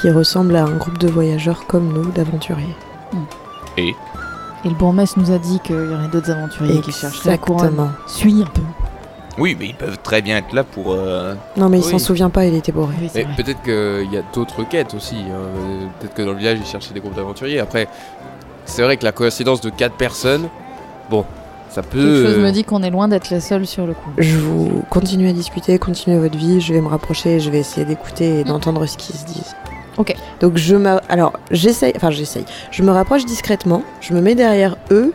qui ressemblent à un groupe de voyageurs comme nous, d'aventuriers.
Et le bourgmestre nous a dit qu'il y aurait d'autres aventuriers qui chercheraient la couronne.
Exactement.
Suis un peu.
Oui, mais ils peuvent très bien être là pour. euh,
Non, mais il
Oui.
s'en souvient pas, il était bourré.
Oui,
Mais
c'est vrai.
peut-être qu'il y a d'autres quêtes aussi. hein. Peut-être que dans le village, ils cherchaient des groupes d'aventuriers. Après, c'est vrai que la coïncidence de 4 personnes, bon, ça peut.
Quelque chose me
euh,
dit qu'on est loin d'être les seuls sur le coup.
Je vous continue à discuter, continuez votre vie, je vais me rapprocher, je vais essayer d'écouter et d'entendre ce qu'ils se disent.
Ok.
Donc je m'a- alors j'essaye, enfin j'essaye, je me rapproche discrètement, je me mets derrière eux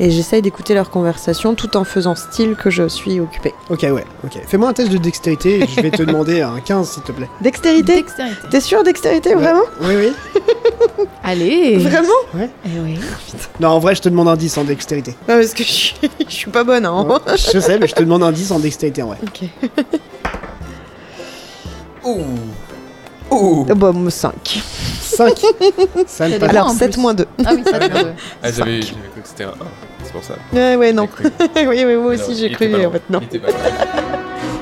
et j'essaye d'écouter leur conversation tout en faisant style que je suis occupée.
Ok, ouais, ok. Fais-moi un test de dextérité, et je vais te demander un 15 s'il te plaît.
Dextérité
Dextérité.
T'es sûr dextérité
Ouais.
vraiment
Oui, oui.
Allez
Vraiment
Eh oui.
Non, en vrai, je te demande un 10 en dextérité.
Non parce que je suis, [laughs] je suis pas bonne hein.
Ouais, je sais, mais je te demande un 10 en dextérité en vrai.
Ok.
Ouh Ouh
Bon 5.
[laughs]
5 Ça ne passe pas.
T'as des
bah, Alors
en
7
plus.
moins 2.
Ah oui, [laughs] ça tu veux.
ah, j'avais j'avais cru que c'était un 1. C'est pour ça.
Ouais ouais non. [laughs]
J'ai cru.
oui oui moi
Alors,
aussi j'ai
il était
cru
pas
mais
loin.
en fait non.
Il était pas loin.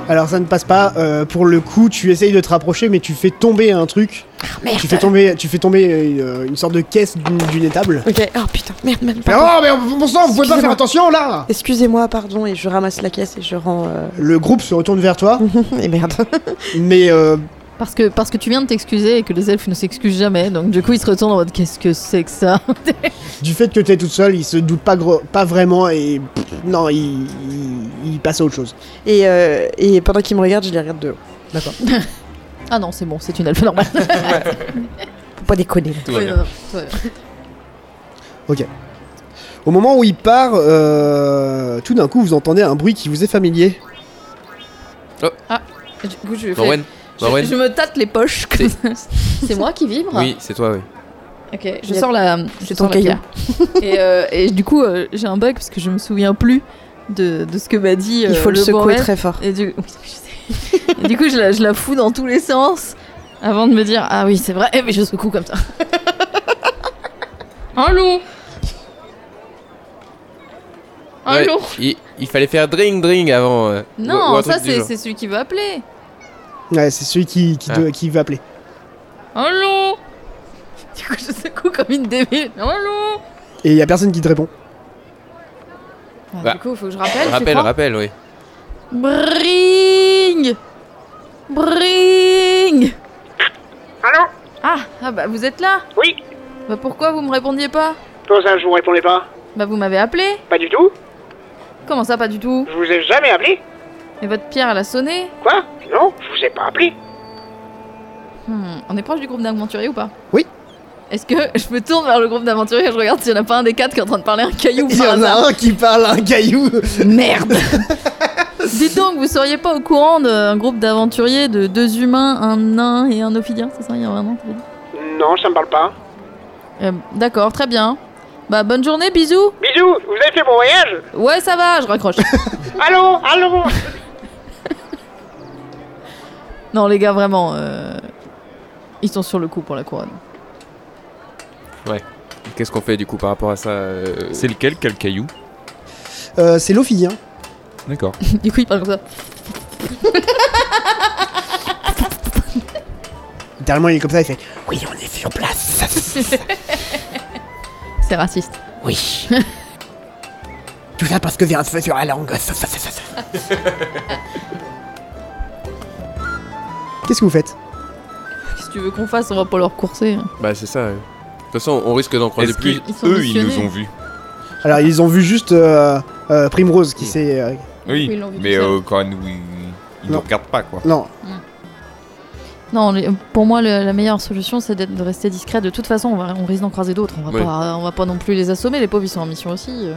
Alors ça ne passe pas. euh, pour le coup, tu essayes de te rapprocher, mais tu fais tomber un truc.
Ah,
merde.
Tu fais tomber, tu fais tomber euh, une sorte de caisse d'une d'une étable.
Ok. Oh putain merde merde.
Mais
pardon.
oh, mais bon sang, vous pouvez pas faire
Excusez-moi.
attention là
Excusez-moi pardon et je ramasse la caisse et je rends. euh,
Le groupe se retourne vers toi,
Et Eh merde.
mais euh,
Parce que, parce que tu viens de t'excuser et que les elfes ne s'excusent jamais, donc du coup ils se retournent en mode qu'est-ce que c'est que ça [laughs]
du fait que t'es toute seule, il se doute pas, gro- pas vraiment et pff, non, il, il- il passe à autre chose.
[laughs] Et, euh, et pendant qu'il me regarde, je les regarde de haut.
Ah non, c'est bon, c'est une elfe normale.
Faut pas déconner.
Tout va
Oui,
bien.
non, non, tout va bien.
Au moment où il part, euh, tout d'un coup, vous entendez un bruit qui vous est familier.
[laughs] Du coup, je, fais-
Marwen,
je-
Marwen.
je me tâte les poches. comme ça. C'est moi qui vibre
Oui, c'est toi, oui.
Ok, je
Il y a-
sors la, je
C'est
sors
ton
la pierre. [laughs] et, euh, et du coup, euh, j'ai un bug parce que je me souviens plus de, de ce que m'a dit. euh,
Il faut le, secouer
bourgmestre.
très fort.
Et du, [laughs] oui, je sais. Et du coup, je la, je la fous dans tous les sens avant de me dire Ah oui, c'est vrai, eh, mais je secoue comme ça. Allô
Ouais,
Allô
il, il fallait faire dring dring avant. euh, ou- ou
Non,
un
ça
truc du
c'est
genre.
c'est celui qui va appeler.
Ouais, c'est celui qui, qui, te- qui veut appeler.
Allô Du coup, je secoue comme une débile. Allô
Et il y a personne qui te répond.
Ah,
Bah,
Du coup, faut que je rappelle. tu
Rappel,
crois
rappel, oui.
Bring Bring Allô ah, ah bah vous êtes là Oui Bah pourquoi vous me répondiez pas
Comment ça, je vous répondais pas
Bah vous m'avez appelé
Pas du tout
Comment ça pas du tout
Je vous ai jamais appelé
Et votre pierre elle a sonné
Quoi Non, je vous ai pas appelé.
Hmm, On est proche du groupe d'aventuriers ou pas
Oui.
Est-ce que [laughs] je me tourne vers le groupe d'aventuriers et je regarde s'il y en a pas un des quatre qui est en train de parler à un caillou
Il y
par
en
hasard
a un qui parle à un caillou.
Merde [laughs] Dites donc, vous seriez pas au courant d'un groupe d'aventuriers de deux humains, un nain et un ophidien, c'est ça Il y a un nom
Non, ça me parle pas.
Euh, D'accord, très bien. Bah bonne journée, bisous
Bisous, vous avez fait bon voyage
Ouais, ça va, je
[laughs]
raccroche.
Allô, allô
non, les gars, vraiment, euh, ils sont sur le coup pour la couronne. [laughs]
Qu'est-ce qu'on fait du coup par rapport à ça euh,
C'est lequel, quel caillou
euh, C'est Lophidien.
D'accord.
du coup, ils parlent comme ça.
Littéralement, il est comme ça, il fait Oui, on est sur place.
C'est raciste.
Oui. [laughs] Tout ça parce que j'ai un feu sur la langue. Qu'est-ce que vous faites
Si tu veux qu'on fasse, on va pas leur courser.
Bah, c'est ça. ouais. De toute façon, on risque d'en croiser
Est-ce
plus.
qu'ils-
Ils sont
eux, ils
missionnés.
nous ont vus
Alors, ils ont vu juste euh, euh, Primrose qui s'est. euh,
Oui,
Ils l'ont vu
mais
tout seul.
euh, quand nous, ils, ils
Non.
nous regardent pas, quoi.
Non,
Non, les- pour moi, le- la meilleure solution, c'est d'être- de rester discret. De toute façon, on, va- on risque d'en croiser d'autres. On, va
Oui.
pas- on va pas non plus les assommer. Les pauvres, ils sont en mission aussi. euh.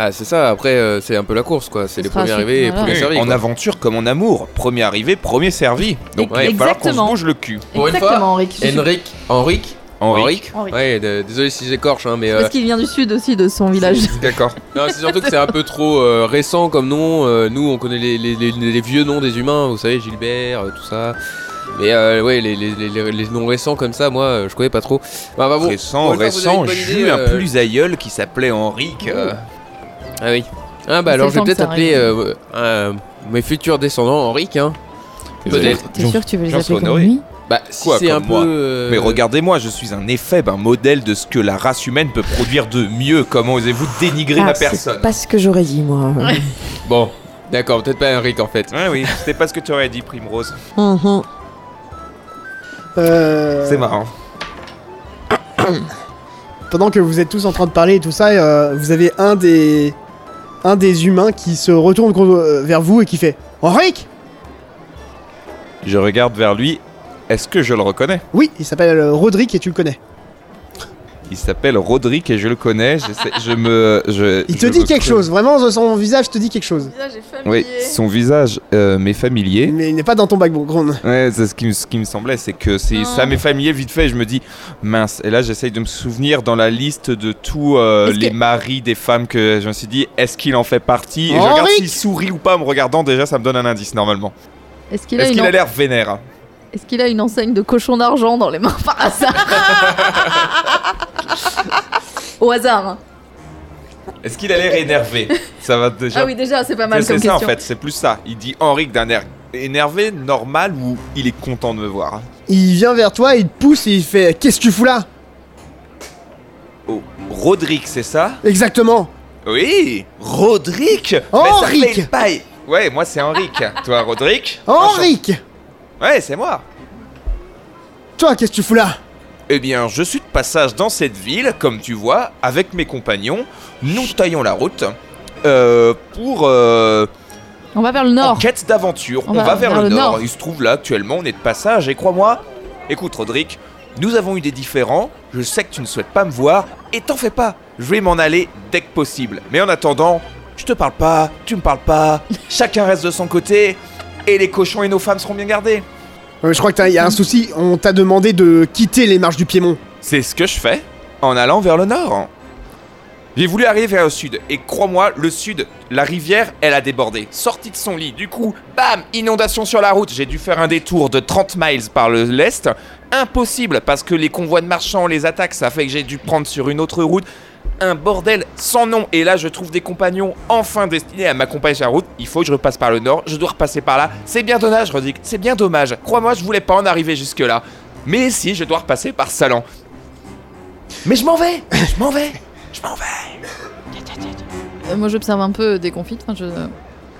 Ah, c'est ça, après, euh, c'est un peu la course, quoi.
Ce
C'est les
sera
premiers
celui-
arrivés et
voilà.
premiers
Oui,
servis.
en
quoi.
aventure comme en amour. Premier arrivé, premier servi. Donc
Ouais,
il va falloir qu'on se
exactement.
bouge le cul.
Pour une euh,
Exactement,
fois,
Henrik.
Henrik, Henrik,
Henri.
Henrik.
Henrik.
Ouais, d- désolé si j'écorche, hein, mais. euh,
Parce qu'il vient du sud aussi, de son village.
[laughs] D'accord.
Non, c'est surtout que c'est un peu trop euh, récent comme nom. Euh, nous, on connaît les, les- les- les vieux noms des humains, vous savez, Gilbert, euh, tout ça. Mais euh, ouais, les, les- les- les- les noms récents comme ça, moi, euh, je connais pas trop. Bah, bah, bon.
récent,
Bon, une fois que vous avez
récent,
une bonne
j'ai eu
idée,
un
euh, Oh.
plus aïeul qui s'appelait Henrique. euh,
Ah oui. Ah bah
C'est
alors
le
je vais
temps que
peut-être
ça
appeler euh, euh, mes futurs descendants Henrik, hein. Peut-être.
T'es sûr que tu veux les
Jean
appeler comme
Sonoré.
lui
Bah, si
Quoi,
c'est un
comme moi
peu. euh,
Mais regardez-moi, je suis un éphèbe, un modèle de ce que la race humaine peut produire de mieux. Comment osez-vous dénigrer ma
Ah, c'est
personne
Pas ce que j'aurais dit, moi. [laughs]
Bon, d'accord, peut-être pas Henrik en fait.
Ouais, oui, c'était pas ce que tu aurais dit, Primrose.
Mhm.
Euh,
C'est marrant.
Pendant que vous êtes tous en train de parler et tout ça, euh, vous avez un des un des humains qui se retourne contre- euh, vers vous et qui fait Henrik
Je regarde vers lui. Est-ce que je le reconnais
Oui, il s'appelle euh, Roderick et tu le connais.
Il s'appelle Roderick et je le connais. j'essaie- Je me. je-
Il te
je
dit
me
quelque
creuse.
chose, vraiment euh, son visage te dit quelque chose.
Oui, son visage euh, m'est familier.
Mais il n'est pas dans ton background.
Ouais, c'est ce qui, me- ce qui me semblait, c'est que c'est,
Ah.
ça m'est familier vite fait. Je me dis mince. Et là, j'essaye de me souvenir dans la liste de tous euh,
Est-ce
les
que-
maris des femmes que je me suis dit, est-ce qu'il en fait partie Et
Oh,
je regarde
Henrik
s'il sourit ou pas en me regardant. Déjà, ça me donne un indice normalement.
Est-ce qu'il a,
Est-ce
une
qu'il
en-
a l'air vénère hein?
Est-ce qu'il a une enseigne de cochon d'argent dans les mains par hasard
[laughs]
Au hasard. hein.
Est-ce qu'il a l'air énervé Ça va déjà.
Ah oui, déjà, c'est pas
c'est
mal
c'est
comme
ça
question.
en fait. C'est plus ça. Il dit Henrik d'un air énervé, normal ou il est content de me voir. hein?
Il vient vers toi, il te pousse et il fait Qu'est-ce que tu fous là
Oh, Roderick, c'est ça
Exactement
Oui, Roderick.
Henrik.
Mais ça fait une paille. Ouais, moi c'est [laughs] Henrik. Toi, Roderick
Henrik
Ouais, c'est moi.
Toi, qu'est-ce que tu fous là
Eh bien, je suis de passage dans cette ville, comme tu vois, avec mes compagnons. Nous taillons la route euh, pour euh,
On va vers le
en
nord.
quête d'aventure. On, va, vers, le, nord. Il se trouve là actuellement, on est de passage. Et crois-moi, écoute, Roderick, nous avons eu des différends. Je sais que tu ne souhaites pas me voir, et t'en fais pas. Je vais m'en aller dès que possible. Mais en attendant, je te parle pas, tu me parles [laughs] pas. Chacun reste de son côté, et les cochons et nos femmes seront bien gardés.
Euh, Je crois qu'il y a un souci, on t'a demandé de quitter les marches du Piémont.
C'est ce que je fais en allant vers le nord. J'ai voulu arriver vers le sud, et crois-moi, le sud, la rivière, elle a débordé. Sortie de son lit, du coup, bam, inondation sur la route. J'ai dû faire un détour de 30 miles par le l'est. Impossible, parce que les convois de marchands, les attaques, ça fait que j'ai dû prendre sur une autre route. Un bordel sans nom. Et là, je trouve des compagnons enfin destinés à m'accompagner sur la route. Il faut que je repasse par le nord, je dois repasser par là. C'est bien dommage, Roderick, c'est bien dommage. Crois-moi, je voulais pas en arriver jusque-là. Mais si, je dois repasser par Salan. Mais je m'en vais Je m'en vais Je m'en vais
Euh, Moi, j'observe un peu déconfite. Enfin, je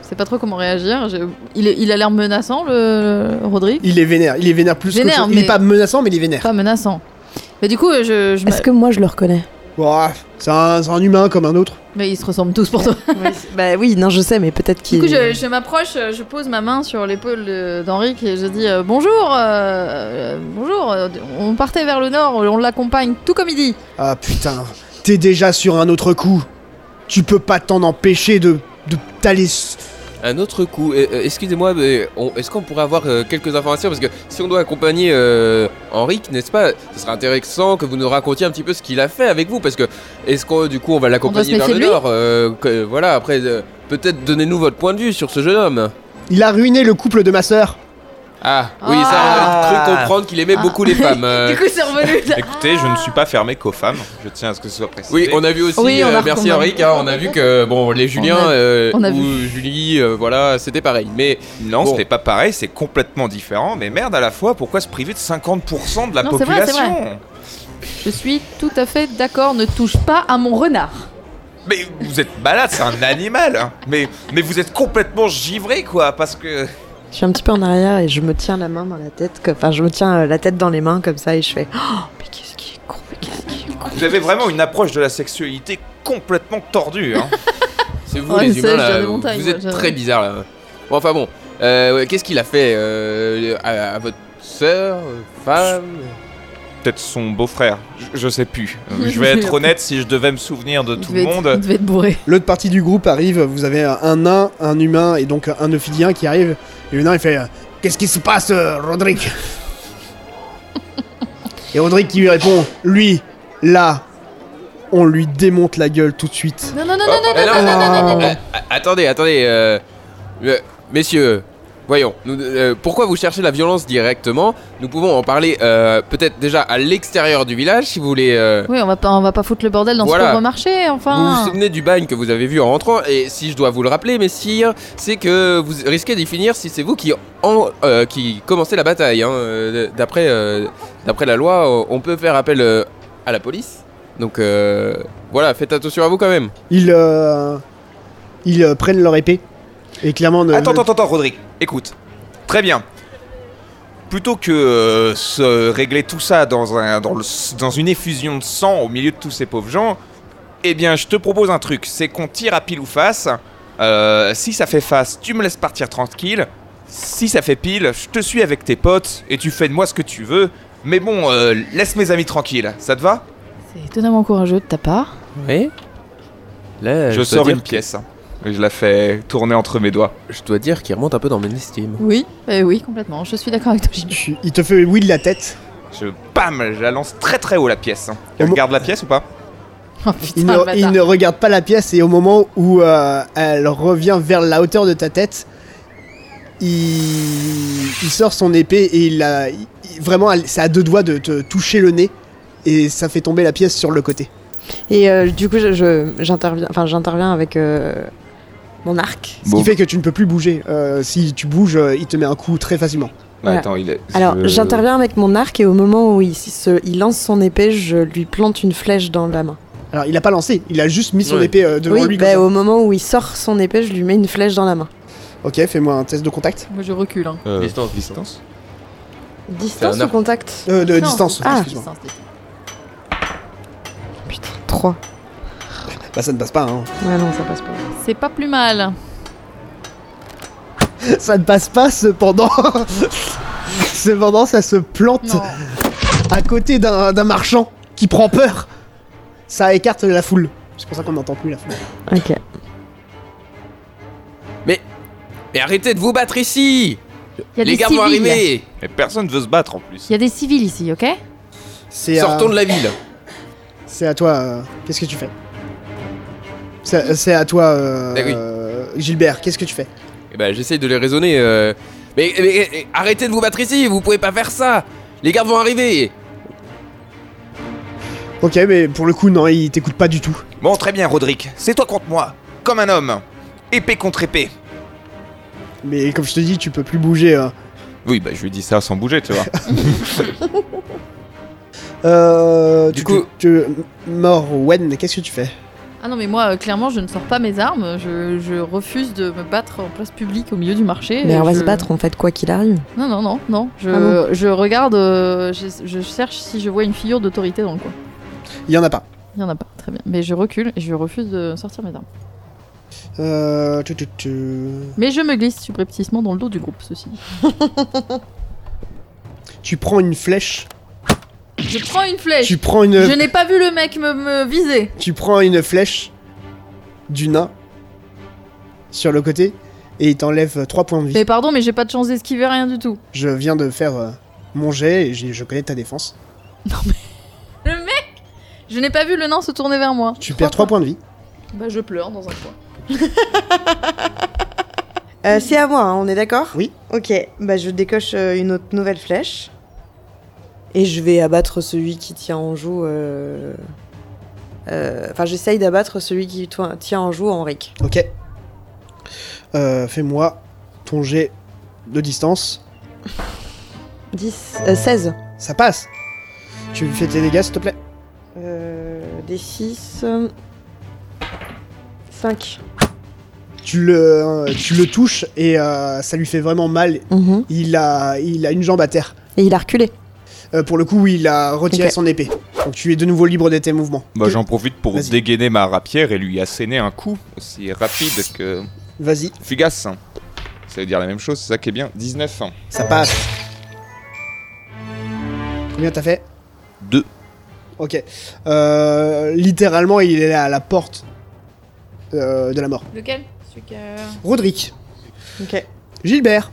sais pas trop comment réagir. Je- Il, est- il a l'air menaçant, le, le Rodrigue.
Il est vénère, il est vénère plus
Vénère,
que... Il est
mais-
pas menaçant, mais il est vénère.
Pas menaçant. Mais du coup, euh, je, je m'a-
Est-ce que moi je le reconnais
Ouah, c'est un, c'est un humain comme un autre.
mais ils se ressemblent tous pour toi.
Bah oui, non, je sais, mais peut-être
Du
qu'il.
coup, je, je m'approche, euh, je pose ma main sur l'épaule de- d'Henrik et je dis euh, bonjour, euh, euh, bonjour. euh, On partait vers le nord, on l'accompagne tout comme il dit.
Ah putain, t'es déjà sur un autre coup. Tu peux pas t'en empêcher de, de t'aller. s-
Un autre coup, euh, euh, excusez-moi, mais on- est-ce qu'on pourrait avoir euh, quelques informations Parce que si on doit accompagner euh, Henrik, n'est-ce pas Ce serait intéressant que vous nous racontiez un petit peu ce qu'il a fait avec vous. Parce que est-ce qu'on, du coup, on va
On
l'accompagner
doit se
vers
méfier
le
de lui
nord euh, que- Voilà, après, euh, peut-être donnez-nous votre point de vue sur ce jeune homme.
Il a ruiné le couple de ma sœur.
Ah, oui, ça, on a
Ah.
cru comprendre qu'il aimait
Ah.
beaucoup les femmes. euh.
[laughs] Du coup, c'est revenu.
[laughs] [laughs] Écoutez, je ne suis pas fermé qu'aux femmes, je tiens à ce que ce soit précisé.
Oui, on a vu aussi,
Oui, on a
euh, merci
reconnu.
Henrik, hein, on a vu que, bon, les Julien
On a-
euh,
on a
ou Julie, euh, voilà, c'était pareil. Mais
Non,
Bon.
c'était pas pareil, c'est complètement différent, mais merde à la fois, pourquoi se priver de 50% de la
Non, c'est vrai, c'est
population
vrai. Je suis tout à fait d'accord, ne touche pas à mon renard.
Mais vous êtes malade, c'est un animal hein. mais, mais vous êtes complètement givré, quoi, parce que...
Je suis un petit peu en arrière et je me tiens la main dans la tête, comme- enfin je me tiens euh, la tête dans les mains comme ça et je fais Oh, mais qu'est-ce qui est con, mais qu'est-ce qui est con.
Vous avez vraiment une approche de la sexualité complètement tordue, hein.
c'est vous
Ouais,
les
c'est
humains,
le
là,
genre de
vous,
montagne,
vous êtes
ouais,
très
j'avoue.
bizarre là. Bon, enfin bon, euh, ouais, qu'est-ce qu'il a fait euh, à, à votre sœur, euh, femme
peut-être son beau-frère. Je, je
[laughs]
sais plus. Euh, je vais être honnête, si je devais me souvenir de
Il
tout
devait
le
être- il
monde.
devait être bourré.
L'autre partie du groupe arrive, vous avez euh, un nain, un humain et donc euh, un ophidien qui arrive. Et le nain il fait euh, Qu'est-ce qui se passe, euh, Roderick
[laughs]
Et Roderick qui lui répond Lui, là, on lui démonte la gueule tout de suite.
Non, non, non,
Oh,
non, non,
eh
non, non, non, non, non, non, non.
Euh, a- Attendez, attendez. euh, euh, messieurs, voyons. nous- euh, pourquoi vous cherchez la violence directement Nous pouvons en parler euh, peut-être déjà à l'extérieur du village si vous voulez. euh,
Oui, on va pas, on va pas foutre le bordel dans
Voilà.
ce pauvre marché,
Vous vous
enfin.
souvenez du bagne que vous avez vu en rentrant et si je dois vous le rappeler, messire, c'est que vous risquez d'y finir si c'est vous qui en, euh, qui commencez la bataille. hein. Euh, D'après euh, d'après la loi, on- on peut faire appel euh, à la police. Donc euh, voilà, faites attention à vous quand même.
Ils, euh, ils euh, prennent leur épée. Et clairement, ne-
Attends, attends, attends, Rodrigue, écoute. Très bien. Plutôt que euh, se régler tout ça dans, un, dans, le s- dans une effusion de sang au milieu de tous ces pauvres gens, eh bien, je te propose un truc. C'est qu'on tire à pile ou face. Euh, si ça fait face, tu me laisses partir tranquille. Si ça fait pile, je te suis avec tes potes et tu fais de moi ce que tu veux. Mais bon, euh, laisse mes amis tranquilles. Ça te va
C'est étonnamment courageux de ta part.
Oui. Là,
Je sors une pièce. Et je la fais tourner entre mes doigts.
Je dois dire qu'il remonte un peu dans mon estime.
Oui, eh oui, complètement. Je suis d'accord avec toi, Gilles.
tu- il te fait oui de la tête.
Je, bam, je la lance très très haut la pièce.
Au mo-
Regarde la pièce ou pas
Oh putain,
Il
le
ne,
bâtard.
il ne regarde pas la pièce et au moment où euh, elle revient vers la hauteur de ta tête, il, il sort son épée et il la- il- vraiment, elle- c'est à deux doigts de te toucher le nez et ça fait tomber la pièce sur le côté.
Et euh, du coup, je- je- j'interviens enfin, j'interviens avec euh, mon arc.
Ce qui fait que tu ne peux plus bouger. Euh, si tu bouges, euh, il te met un coup très facilement.
Voilà.
Bah, Attends, il est.
Alors,
je-
j'interviens avec mon arc et au moment où il, se- il lance son épée, je lui plante une flèche dans la main.
Alors, il a pas lancé, il a juste mis son
Oui.
épée euh, devant
oui,
lui.
bah,
comme
au moment où il sort son épée, je lui mets une flèche dans la main.
oh.
ça. Ok, fais-moi un test de contact.
Moi, je recule. Hein.
Euh,
Distance,
distance.
Distance
C'est un
ou
arc.
contact
Euh, de
Non,
distance,
ah,
excuse-moi.
distance, distance.
Putain, 3.
Bah, ça ne passe pas, hein. [laughs]
Ouais, non, ça passe pas.
C'est pas plus mal.
Ça ne passe pas, cependant. [laughs] cependant, ça se plante.
Non.
à côté d'un d'un marchand qui prend peur. Ça écarte la foule. C'est pour ça qu'on n'entend plus la foule.
Ok.
Mais arrêtez de vous battre ici
Il y a
Les
des
gardes vont
civils.
arriver
Mais personne veut se battre en plus.
Il y a des civils ici, ok
C'est à,
Sortons de la ville
c'est à toi. euh, Qu'est-ce que tu fais C'est c'est à toi, euh,
Eh oui.
euh, Gilbert. Qu'est-ce que tu fais
Eh ben, j'essaye de les raisonner. euh, Mais, mais- mais- arrêtez de vous battre ici, vous pouvez pas faire ça Les gardes vont arriver
Ok, mais pour le coup, non, il t'écoute pas du tout.
Bon, très bien, Roderick. C'est toi contre moi. Comme un homme. Épée contre épée.
Mais comme je te dis, tu peux plus bouger. hein.
Oui, bah je lui dis ça sans bouger,
[laughs]
tu vois.
Euh, tu-
Du coup-
tu, tu- Morwen, qu'est-ce que tu fais
Ah non, mais moi, euh, clairement, je ne sors pas mes armes. Je, je refuse de me battre en place publique au milieu du marché.
Mais on va
Je-
se battre en fait, quoi qu'il arrive.
Non, non, non, non. Je,
Ah bon
je regarde, euh, je, je cherche si je vois une figure d'autorité dans le coin.
Il y en a pas.
Il y en a pas, très bien. Mais je recule et je refuse de sortir mes armes.
Euh, tu- tu- tu-
Mais je me glisse subrepticement dans le dos du groupe, ceci. dit.
tu prends une flèche.
Je prends une flèche.
Tu prends une.
Je n'ai pas vu le mec me, me viser.
Tu prends une flèche du nain sur le côté et il t'enlève 3 points de vie.
Mais pardon, mais j'ai pas de chance d'esquiver rien du tout.
Je viens de faire euh, mon jet et j'ai- je connais ta défense.
Le mec Je n'ai pas vu le nain se tourner vers moi.
Tu perds 3 points de vie.
Bah, je pleure dans un coin.
Euh, c'est à moi, hein, on est d'accord
Oui.
Ok, bah je décoche euh, une autre nouvelle flèche.
Et je vais abattre celui qui tient en joue. euh, euh, Enfin, j'essaye d'abattre celui qui toi- tient en joue Henrik.
Ok. Euh, Fais-moi ton jet de distance.
10, euh, 16.
Ça passe. Tu fais tes dégâts s'il te plaît.
Euh, des 6. 5.
Tu le, euh, tu le touches et euh, ça lui fait vraiment mal. Il a, il a une jambe à terre.
Mhm. Et il a reculé.
Euh, pour le coup, il a retiré
Ok.
son épée. Donc tu es de nouveau libre de tes mouvements.
bah j'en profite pour
Vas-y.
dégainer ma rapière et lui asséner un coup aussi rapide que
Vas-y,
fugace. Ça veut dire la même chose, c'est ça qui est bien. 19.
ça passe. Combien t'as fait
2.
Ok. Euh, littéralement, il est là à la porte euh, de la mort.
Lequel Celui qui a-
Roderick.
Ok.
Gilbert.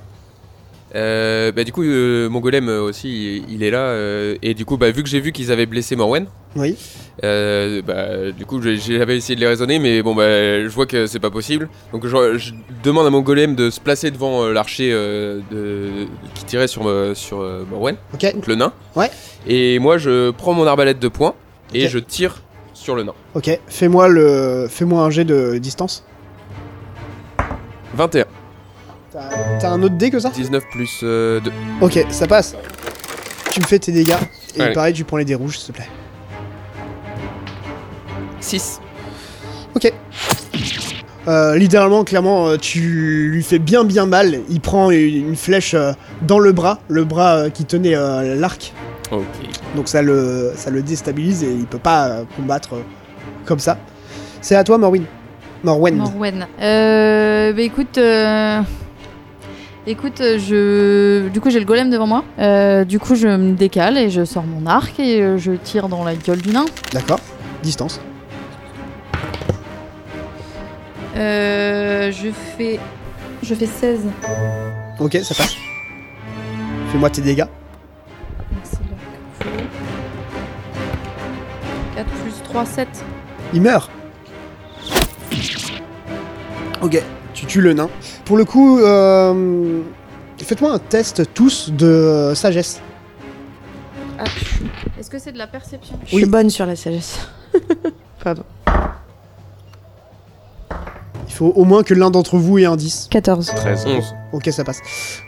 Euh, bah, du coup, euh, mon golem euh, aussi, il, il est là. euh, et du coup, bah, vu que j'ai vu qu'ils avaient blessé Morwen,
Oui.
euh, bah, du coup, j'ai- j'avais essayé de les raisonner, mais bon, bah, je vois que c'est pas possible. Donc, je, je demande à mon golem de se placer devant euh, l'archer euh, de- qui tirait sur, euh, sur euh, Morwen,
Ok.
donc le nain.
Ouais.
Et moi, je prends mon arbalète de poing et
Ok.
je tire sur le nain.
Ok. Fais-moi le, fais-moi un jet de distance.
21.
T'as un autre dé que ça
19 plus euh, 2.
Ok, ça passe. Tu me fais tes dégâts et
Allez.
pareil, tu prends les dés rouges, s'il te plaît.
6.
Ok. Euh, littéralement, clairement, euh, tu lui fais bien bien mal. Il prend une, une flèche euh, dans le bras, le bras euh, qui tenait euh, l'arc.
Ok.
Donc ça le, ça le déstabilise et il peut pas euh, combattre euh, comme ça. C'est à toi, Morwin. Morwen.
Morwen. Euh, bah écoute, euh, écoute, euh, je, du coup j'ai le golem devant moi. Euh, du coup je me décale et je sors mon arc et euh, je tire dans la gueule du nain.
D'accord. Distance.
Euh, je fais. Je fais 16.
Ok, ça passe. Fais-moi tes dégâts.
4 plus 3, 7.
Il meurt. Ok, tu tues le nain. Pour le coup, euh, faites-moi un test tous de euh, sagesse.
Est-ce que c'est de la perception
Je suis bonne sur la sagesse. [laughs] Pardon.
Il faut au moins que l'un d'entre vous ait un 10.
14.
13. 11.
Ok, ça passe.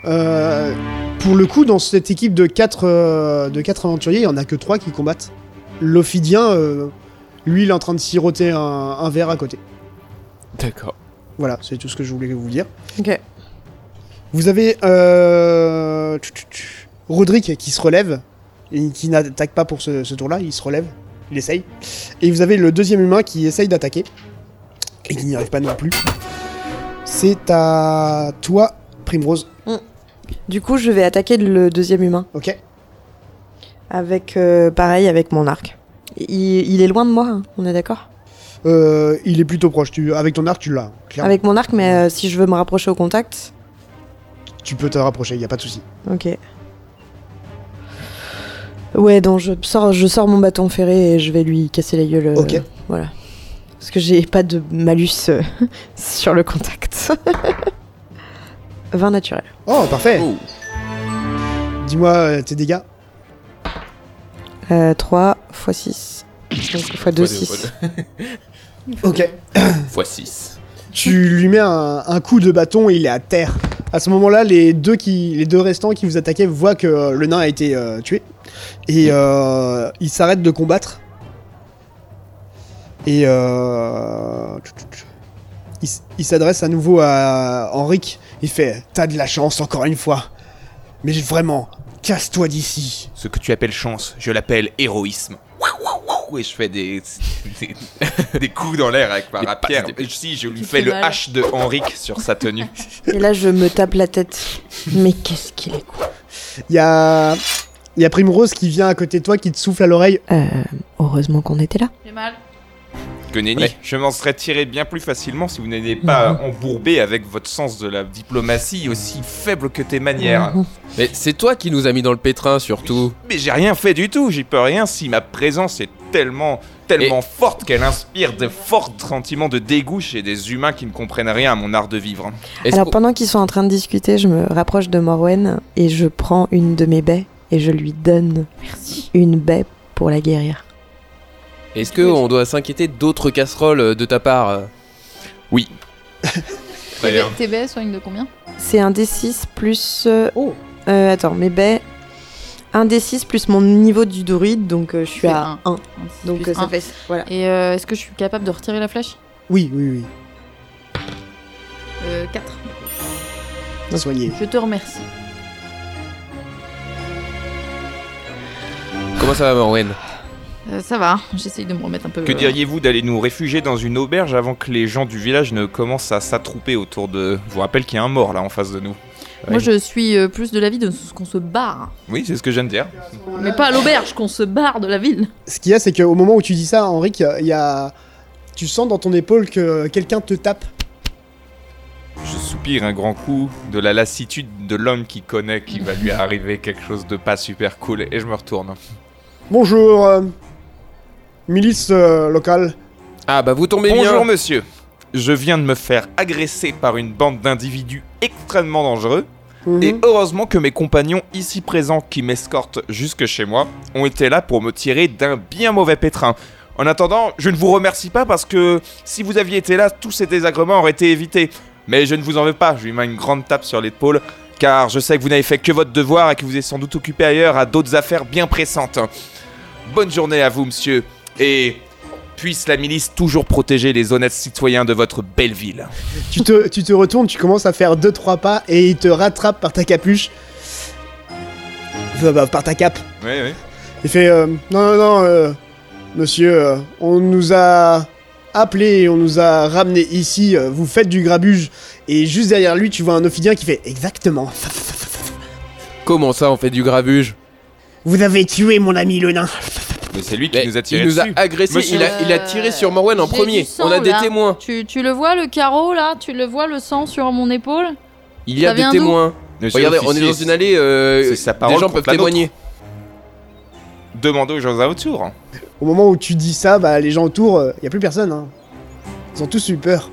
Euh, pour le coup, dans cette équipe de 4 de quatre aventuriers, il n'y en a que 3 qui combattent. L'Ophidien, euh, lui, il est en train de siroter un, un verre à côté.
D'accord.
Voilà, c'est tout ce que je voulais vous dire.
Ok.
Vous avez euh, tch, tch, tch, Roderick qui se relève, et qui n'attaque pas pour ce, ce tour-là, il se relève, il essaye. Et vous avez le deuxième humain qui essaye d'attaquer, et qui n'y arrive pas non plus. C'est à toi, Primrose.
Du coup, je vais attaquer le deuxième humain.
Ok.
Avec, euh, pareil, avec mon arc. Il, il est loin de moi, hein, on est d'accord
Euh, il est plutôt proche, tu, avec ton arc tu l'as, clairement.
Avec mon arc, mais euh, si je veux me rapprocher au contact.
Tu peux te rapprocher, il n'y a pas de souci.
Ok. Ouais, donc je sors, je sors mon bâton ferré et je vais lui casser la gueule. euh,
Ok.
Voilà. Parce que j'ai pas de malus euh, [laughs] sur le contact. [laughs] 20 naturel.
Oh, parfait
Oh.
Dis-moi euh, tes dégâts.
Euh, 3 x 6. Donc x 2, 6.
Ok.
X 6.
Tu lui mets un, un coup de bâton et il est à terre. À ce moment-là, les deux qui, les deux restants qui vous attaquaient voient que euh, le nain a été euh, tué et euh, ils s'arrêtent de combattre. Et euh, tchou, tchou, tchou. il, s- il s'adresse à nouveau à Henrik. Il fait "T'as de la chance encore une fois, mais vraiment, casse-toi d'ici."
Ce que tu appelles chance, je l'appelle héroïsme. Waouh, waouh, waouh, Et je fais des, des, des coups dans l'air avec ma
Des
rapière.
pattes,
Et Si, je lui
Qui
fais
fait
le
mal.
H de Henrik sur sa tenue.
Et là, je me tape la tête. Mais qu'est-ce qu'il est con.
Il y a, il y a Primrose qui vient à côté de toi, qui te souffle à l'oreille.
Euh, heureusement qu'on était là.
J'ai mal.
Que nenni.
Ouais.
Je m'en serais tiré bien plus facilement si vous n'étiez pas embourbé avec votre sens de la diplomatie aussi faible que tes manières.
Mhm.
Mais c'est toi qui nous as mis dans le pétrin surtout.
Mais j'ai rien fait du tout, j'y peux rien si ma présence est tellement, tellement forte qu'elle inspire de forts sentiments de dégoût chez des humains qui ne comprennent rien à mon art de vivre.
Est-ce
Alors
qu'on-
pendant qu'ils sont en train de discuter, je me rapproche de Morwen et je prends une de mes baies et je lui donne une baie pour la guérir.
Est-ce que on doit s'inquiéter d'autres casseroles euh, de ta part euh Oui.
Très bien.
TB soigne de combien
C'est un D6 plus... euh,
Oh.
euh, attends, mes baies... Un D6 plus mon niveau du druide, donc euh, je suis
C'est
à 1. Donc
Plus
euh, ça
un.
fait... Voilà.
Et euh, est-ce que je suis capable de retirer la flèche
Oui, oui,
euh, 4.
oui. Soigné.
Je te remercie.
Comment ça va, Morwen
Euh, ça va, j'essaye de me remettre un peu. euh,
Que diriez-vous d'aller nous réfugier dans une auberge avant que les gens du village ne commencent à s'attrouper autour de... Je vous rappelle qu'il y a un mort là en face de nous.
Moi, je suis euh, plus de l'avis de ce qu'on se barre.
Oui, c'est ce que je viens de dire.
Mais pas à l'auberge, qu'on se barre de la ville.
Ce qu'il y a, c'est qu'au moment où tu dis ça, Henrik, il y a... tu sens dans ton épaule que quelqu'un te tape.
Je soupire un grand coup de la lassitude de l'homme qui connaît qu'il va lui arriver quelque chose de pas super cool et je me retourne.
Bonjour, euh, milice euh, locale.
Ah bah vous tombez bien.
Bonjour monsieur. Je viens de me faire agresser par une bande d'individus extrêmement dangereux. Et
Mhm.
heureusement que mes compagnons ici présents qui m'escortent jusque chez moi ont été là pour me tirer d'un bien mauvais pétrin. En attendant, je ne vous remercie pas parce que si vous aviez été là, tous ces désagréments auraient été évités. Mais je ne vous en veux pas, je lui mets une grande tape sur l'épaule, car je sais que vous n'avez fait que votre devoir et que vous êtes sans doute occupé ailleurs à d'autres affaires bien pressantes. Bonne journée à vous, monsieur, et puisse la milice toujours protéger les honnêtes citoyens de votre belle ville.
tu, te, tu te retournes, tu commences à faire 2-3 pas et il te rattrape par ta capuche. Enfin, bah, par ta cape.
Oui, oui.
Il fait euh, Non, non, non, euh, monsieur, euh, on nous a appelé, on nous a ramené ici, euh, vous faites du grabuge. Et juste derrière lui, tu vois un Ophidien qui fait Exactement.
Comment ça, on fait du gravuge
Vous avez tué mon ami le nain.
Mais c'est lui
qui nous a tiré Il nous a
dessus.
agressé,
Monsieur-
il a, il a tiré sur Morwen en
J'ai
premier.
du sang,
on a des
là.
témoins.
Tu, tu le vois, le carreau, là Tu le vois, le sang sur mon épaule
Il y a
Ça
des
vient
témoins.
d'où
Regardez, on est
Monsieur
dans
l'officier,
une allée, euh,
c'est sa
des
parole
gens
contre
peuvent
la nôtre.
témoigner.
Demandez aux gens autour.
Au moment où tu dis ça, bah, les gens autour, il a plus personne. hein. Ils ont tous eu peur.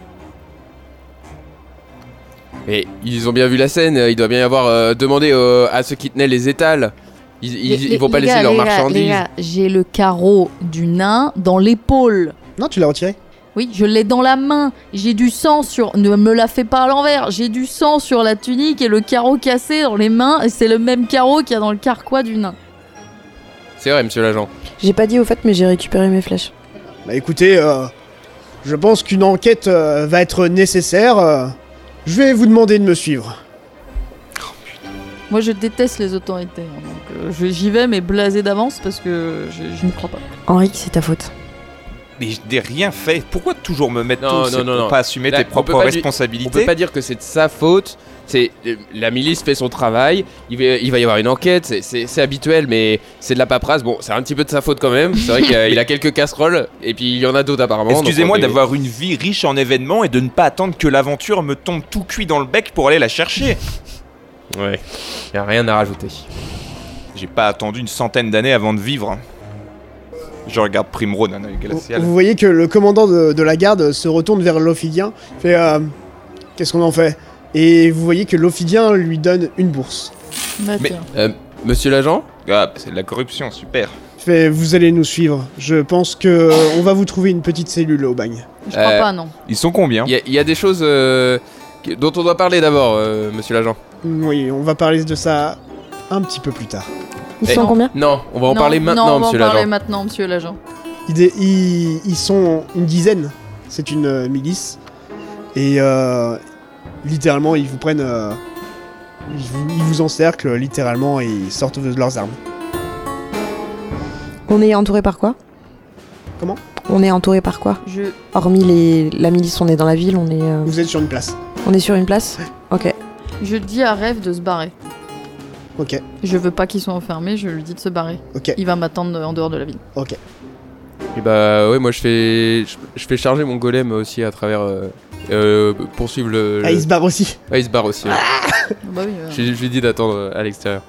Et ils ont bien vu la scène, il doit bien y avoir euh, demandé euh, à ceux qui tenaient les étals. Ils, ils, ils vont pas laisser leurs marchandises.
J'ai le carreau du nain dans l'épaule.
Non, tu l'as retiré
Oui, je l'ai dans la main. J'ai du sang sur. Ne me la fais pas à l'envers. J'ai du sang sur la tunique et le carreau cassé dans les mains. Et c'est le même carreau qu'il y a dans le carquois du nain.
C'est vrai, monsieur l'agent.
J'ai pas dit au fait, mais j'ai récupéré mes flèches.
Bah écoutez, euh, je pense qu'une enquête euh, va être nécessaire. euh. je vais vous demander de me suivre.
Moi, je déteste les autorités. hein, donc euh, je- j'y vais, mais blasé d'avance parce que je, je n'y crois pas.
Henri, c'est ta faute.
Mais je n'ai rien fait. Pourquoi toujours me mettre
Non,
tout
non,
C'est
non,
pour
non.
pas assumer
Là,
tes
on
propres
peut pas lui-
responsabilités.
On peut pas dire que c'est de sa faute. C'est euh, la milice fait son travail. Il va, il va y avoir une enquête. c'est- C'est c'est habituel, mais c'est de la paperasse. Bon, c'est un petit peu de sa faute quand même. C'est vrai qu'il a, il a quelques casseroles et puis il y en a d'autres apparemment. donc on
Excusez-moi
est-
d'avoir une vie riche en événements et de ne pas attendre que l'aventure me tombe tout cuit dans le bec pour aller la chercher.
Ouais, y a rien à rajouter.
J'ai pas attendu une centaine d'années avant de vivre. Je regarde Primrose d'un œil glacial.
Vous voyez que le commandant de, de la garde se retourne vers l'Ophidien, fait euh, Qu'est-ce qu'on en fait Et vous voyez que l'Ophidien lui donne une bourse.
Bah,
Mais-
Euh, monsieur l'agent
Ah, bah, c'est de la corruption, super.
Fait Vous allez nous suivre. Je pense que euh, on va vous trouver une petite cellule au bagne.
Je
euh,
crois pas, non.
Ils sont combien
Il y, a- y a des choses euh, que- dont on doit parler d'abord, euh, monsieur l'agent.
Mm, Oui, on va parler de ça un petit peu plus tard.
Ils
Eh,
sont combien
Non, on va en
Non,
parler
non,
maintenant,
on va en
monsieur
parler
l'agent.
maintenant, monsieur l'agent.
Ils, dé- ils- ils sont une dizaine. C'est une euh, milice. Et euh, littéralement, ils vous prennent. euh, ils, vous, ils vous encerclent, littéralement, et ils sortent de leurs armes.
On est entouré par quoi
Comment
On est entouré par quoi
Je...
Hormis les... la milice, on est dans la ville, on est, euh,
Vous êtes sur une place.
on est sur une place Ok.
je dis à Rêve de se barrer.
Ok,
Je veux pas qu'ils soient enfermés, je lui dis de se barrer.
ok,
Il va m'attendre en dehors de la ville.
ok.
Et bah ouais, moi je fais, je, je fais charger mon golem aussi à travers euh, euh, poursuivre le.
Ah,
le-
ils se barrent aussi.
Ah, il se barre aussi. ouais.
Bah oui, euh,
Je, je lui dis d'attendre euh, à l'extérieur.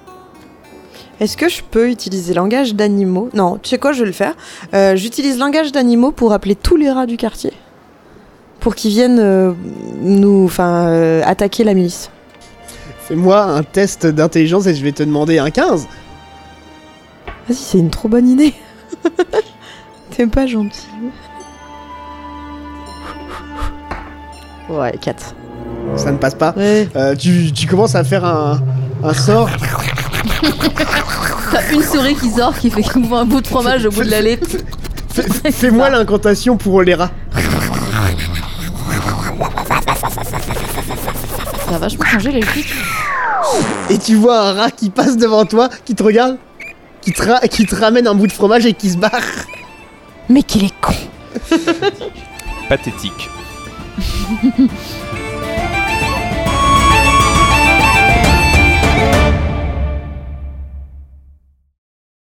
Est-ce que je peux utiliser langage d'animaux Non, tu sais quoi, je vais le faire. Euh, J'utilise langage d'animaux pour appeler tous les rats du quartier. Pour qu'ils viennent euh, nous. Enfin, euh, attaquer la milice.
Fais-moi un test d'intelligence et je vais te demander un 15.
Vas-y, c'est une trop bonne idée. [laughs] T'es pas gentil. Ouais, 4.
Ça ne passe pas.
Ouais.
Euh, tu, tu commences à faire un, un sort.
T'as une souris qui sort, qui fait qui ouvre un bout de fromage au bout de l'allée.
Fais- Fais-moi l'incantation pour les rats.
Ça a vachement changé les flics.
Et tu vois un rat qui passe devant toi, qui te regarde, qui te, ra- qui te ramène un bout de fromage et qui se barre.
Mais qu'il est con
Pathétique.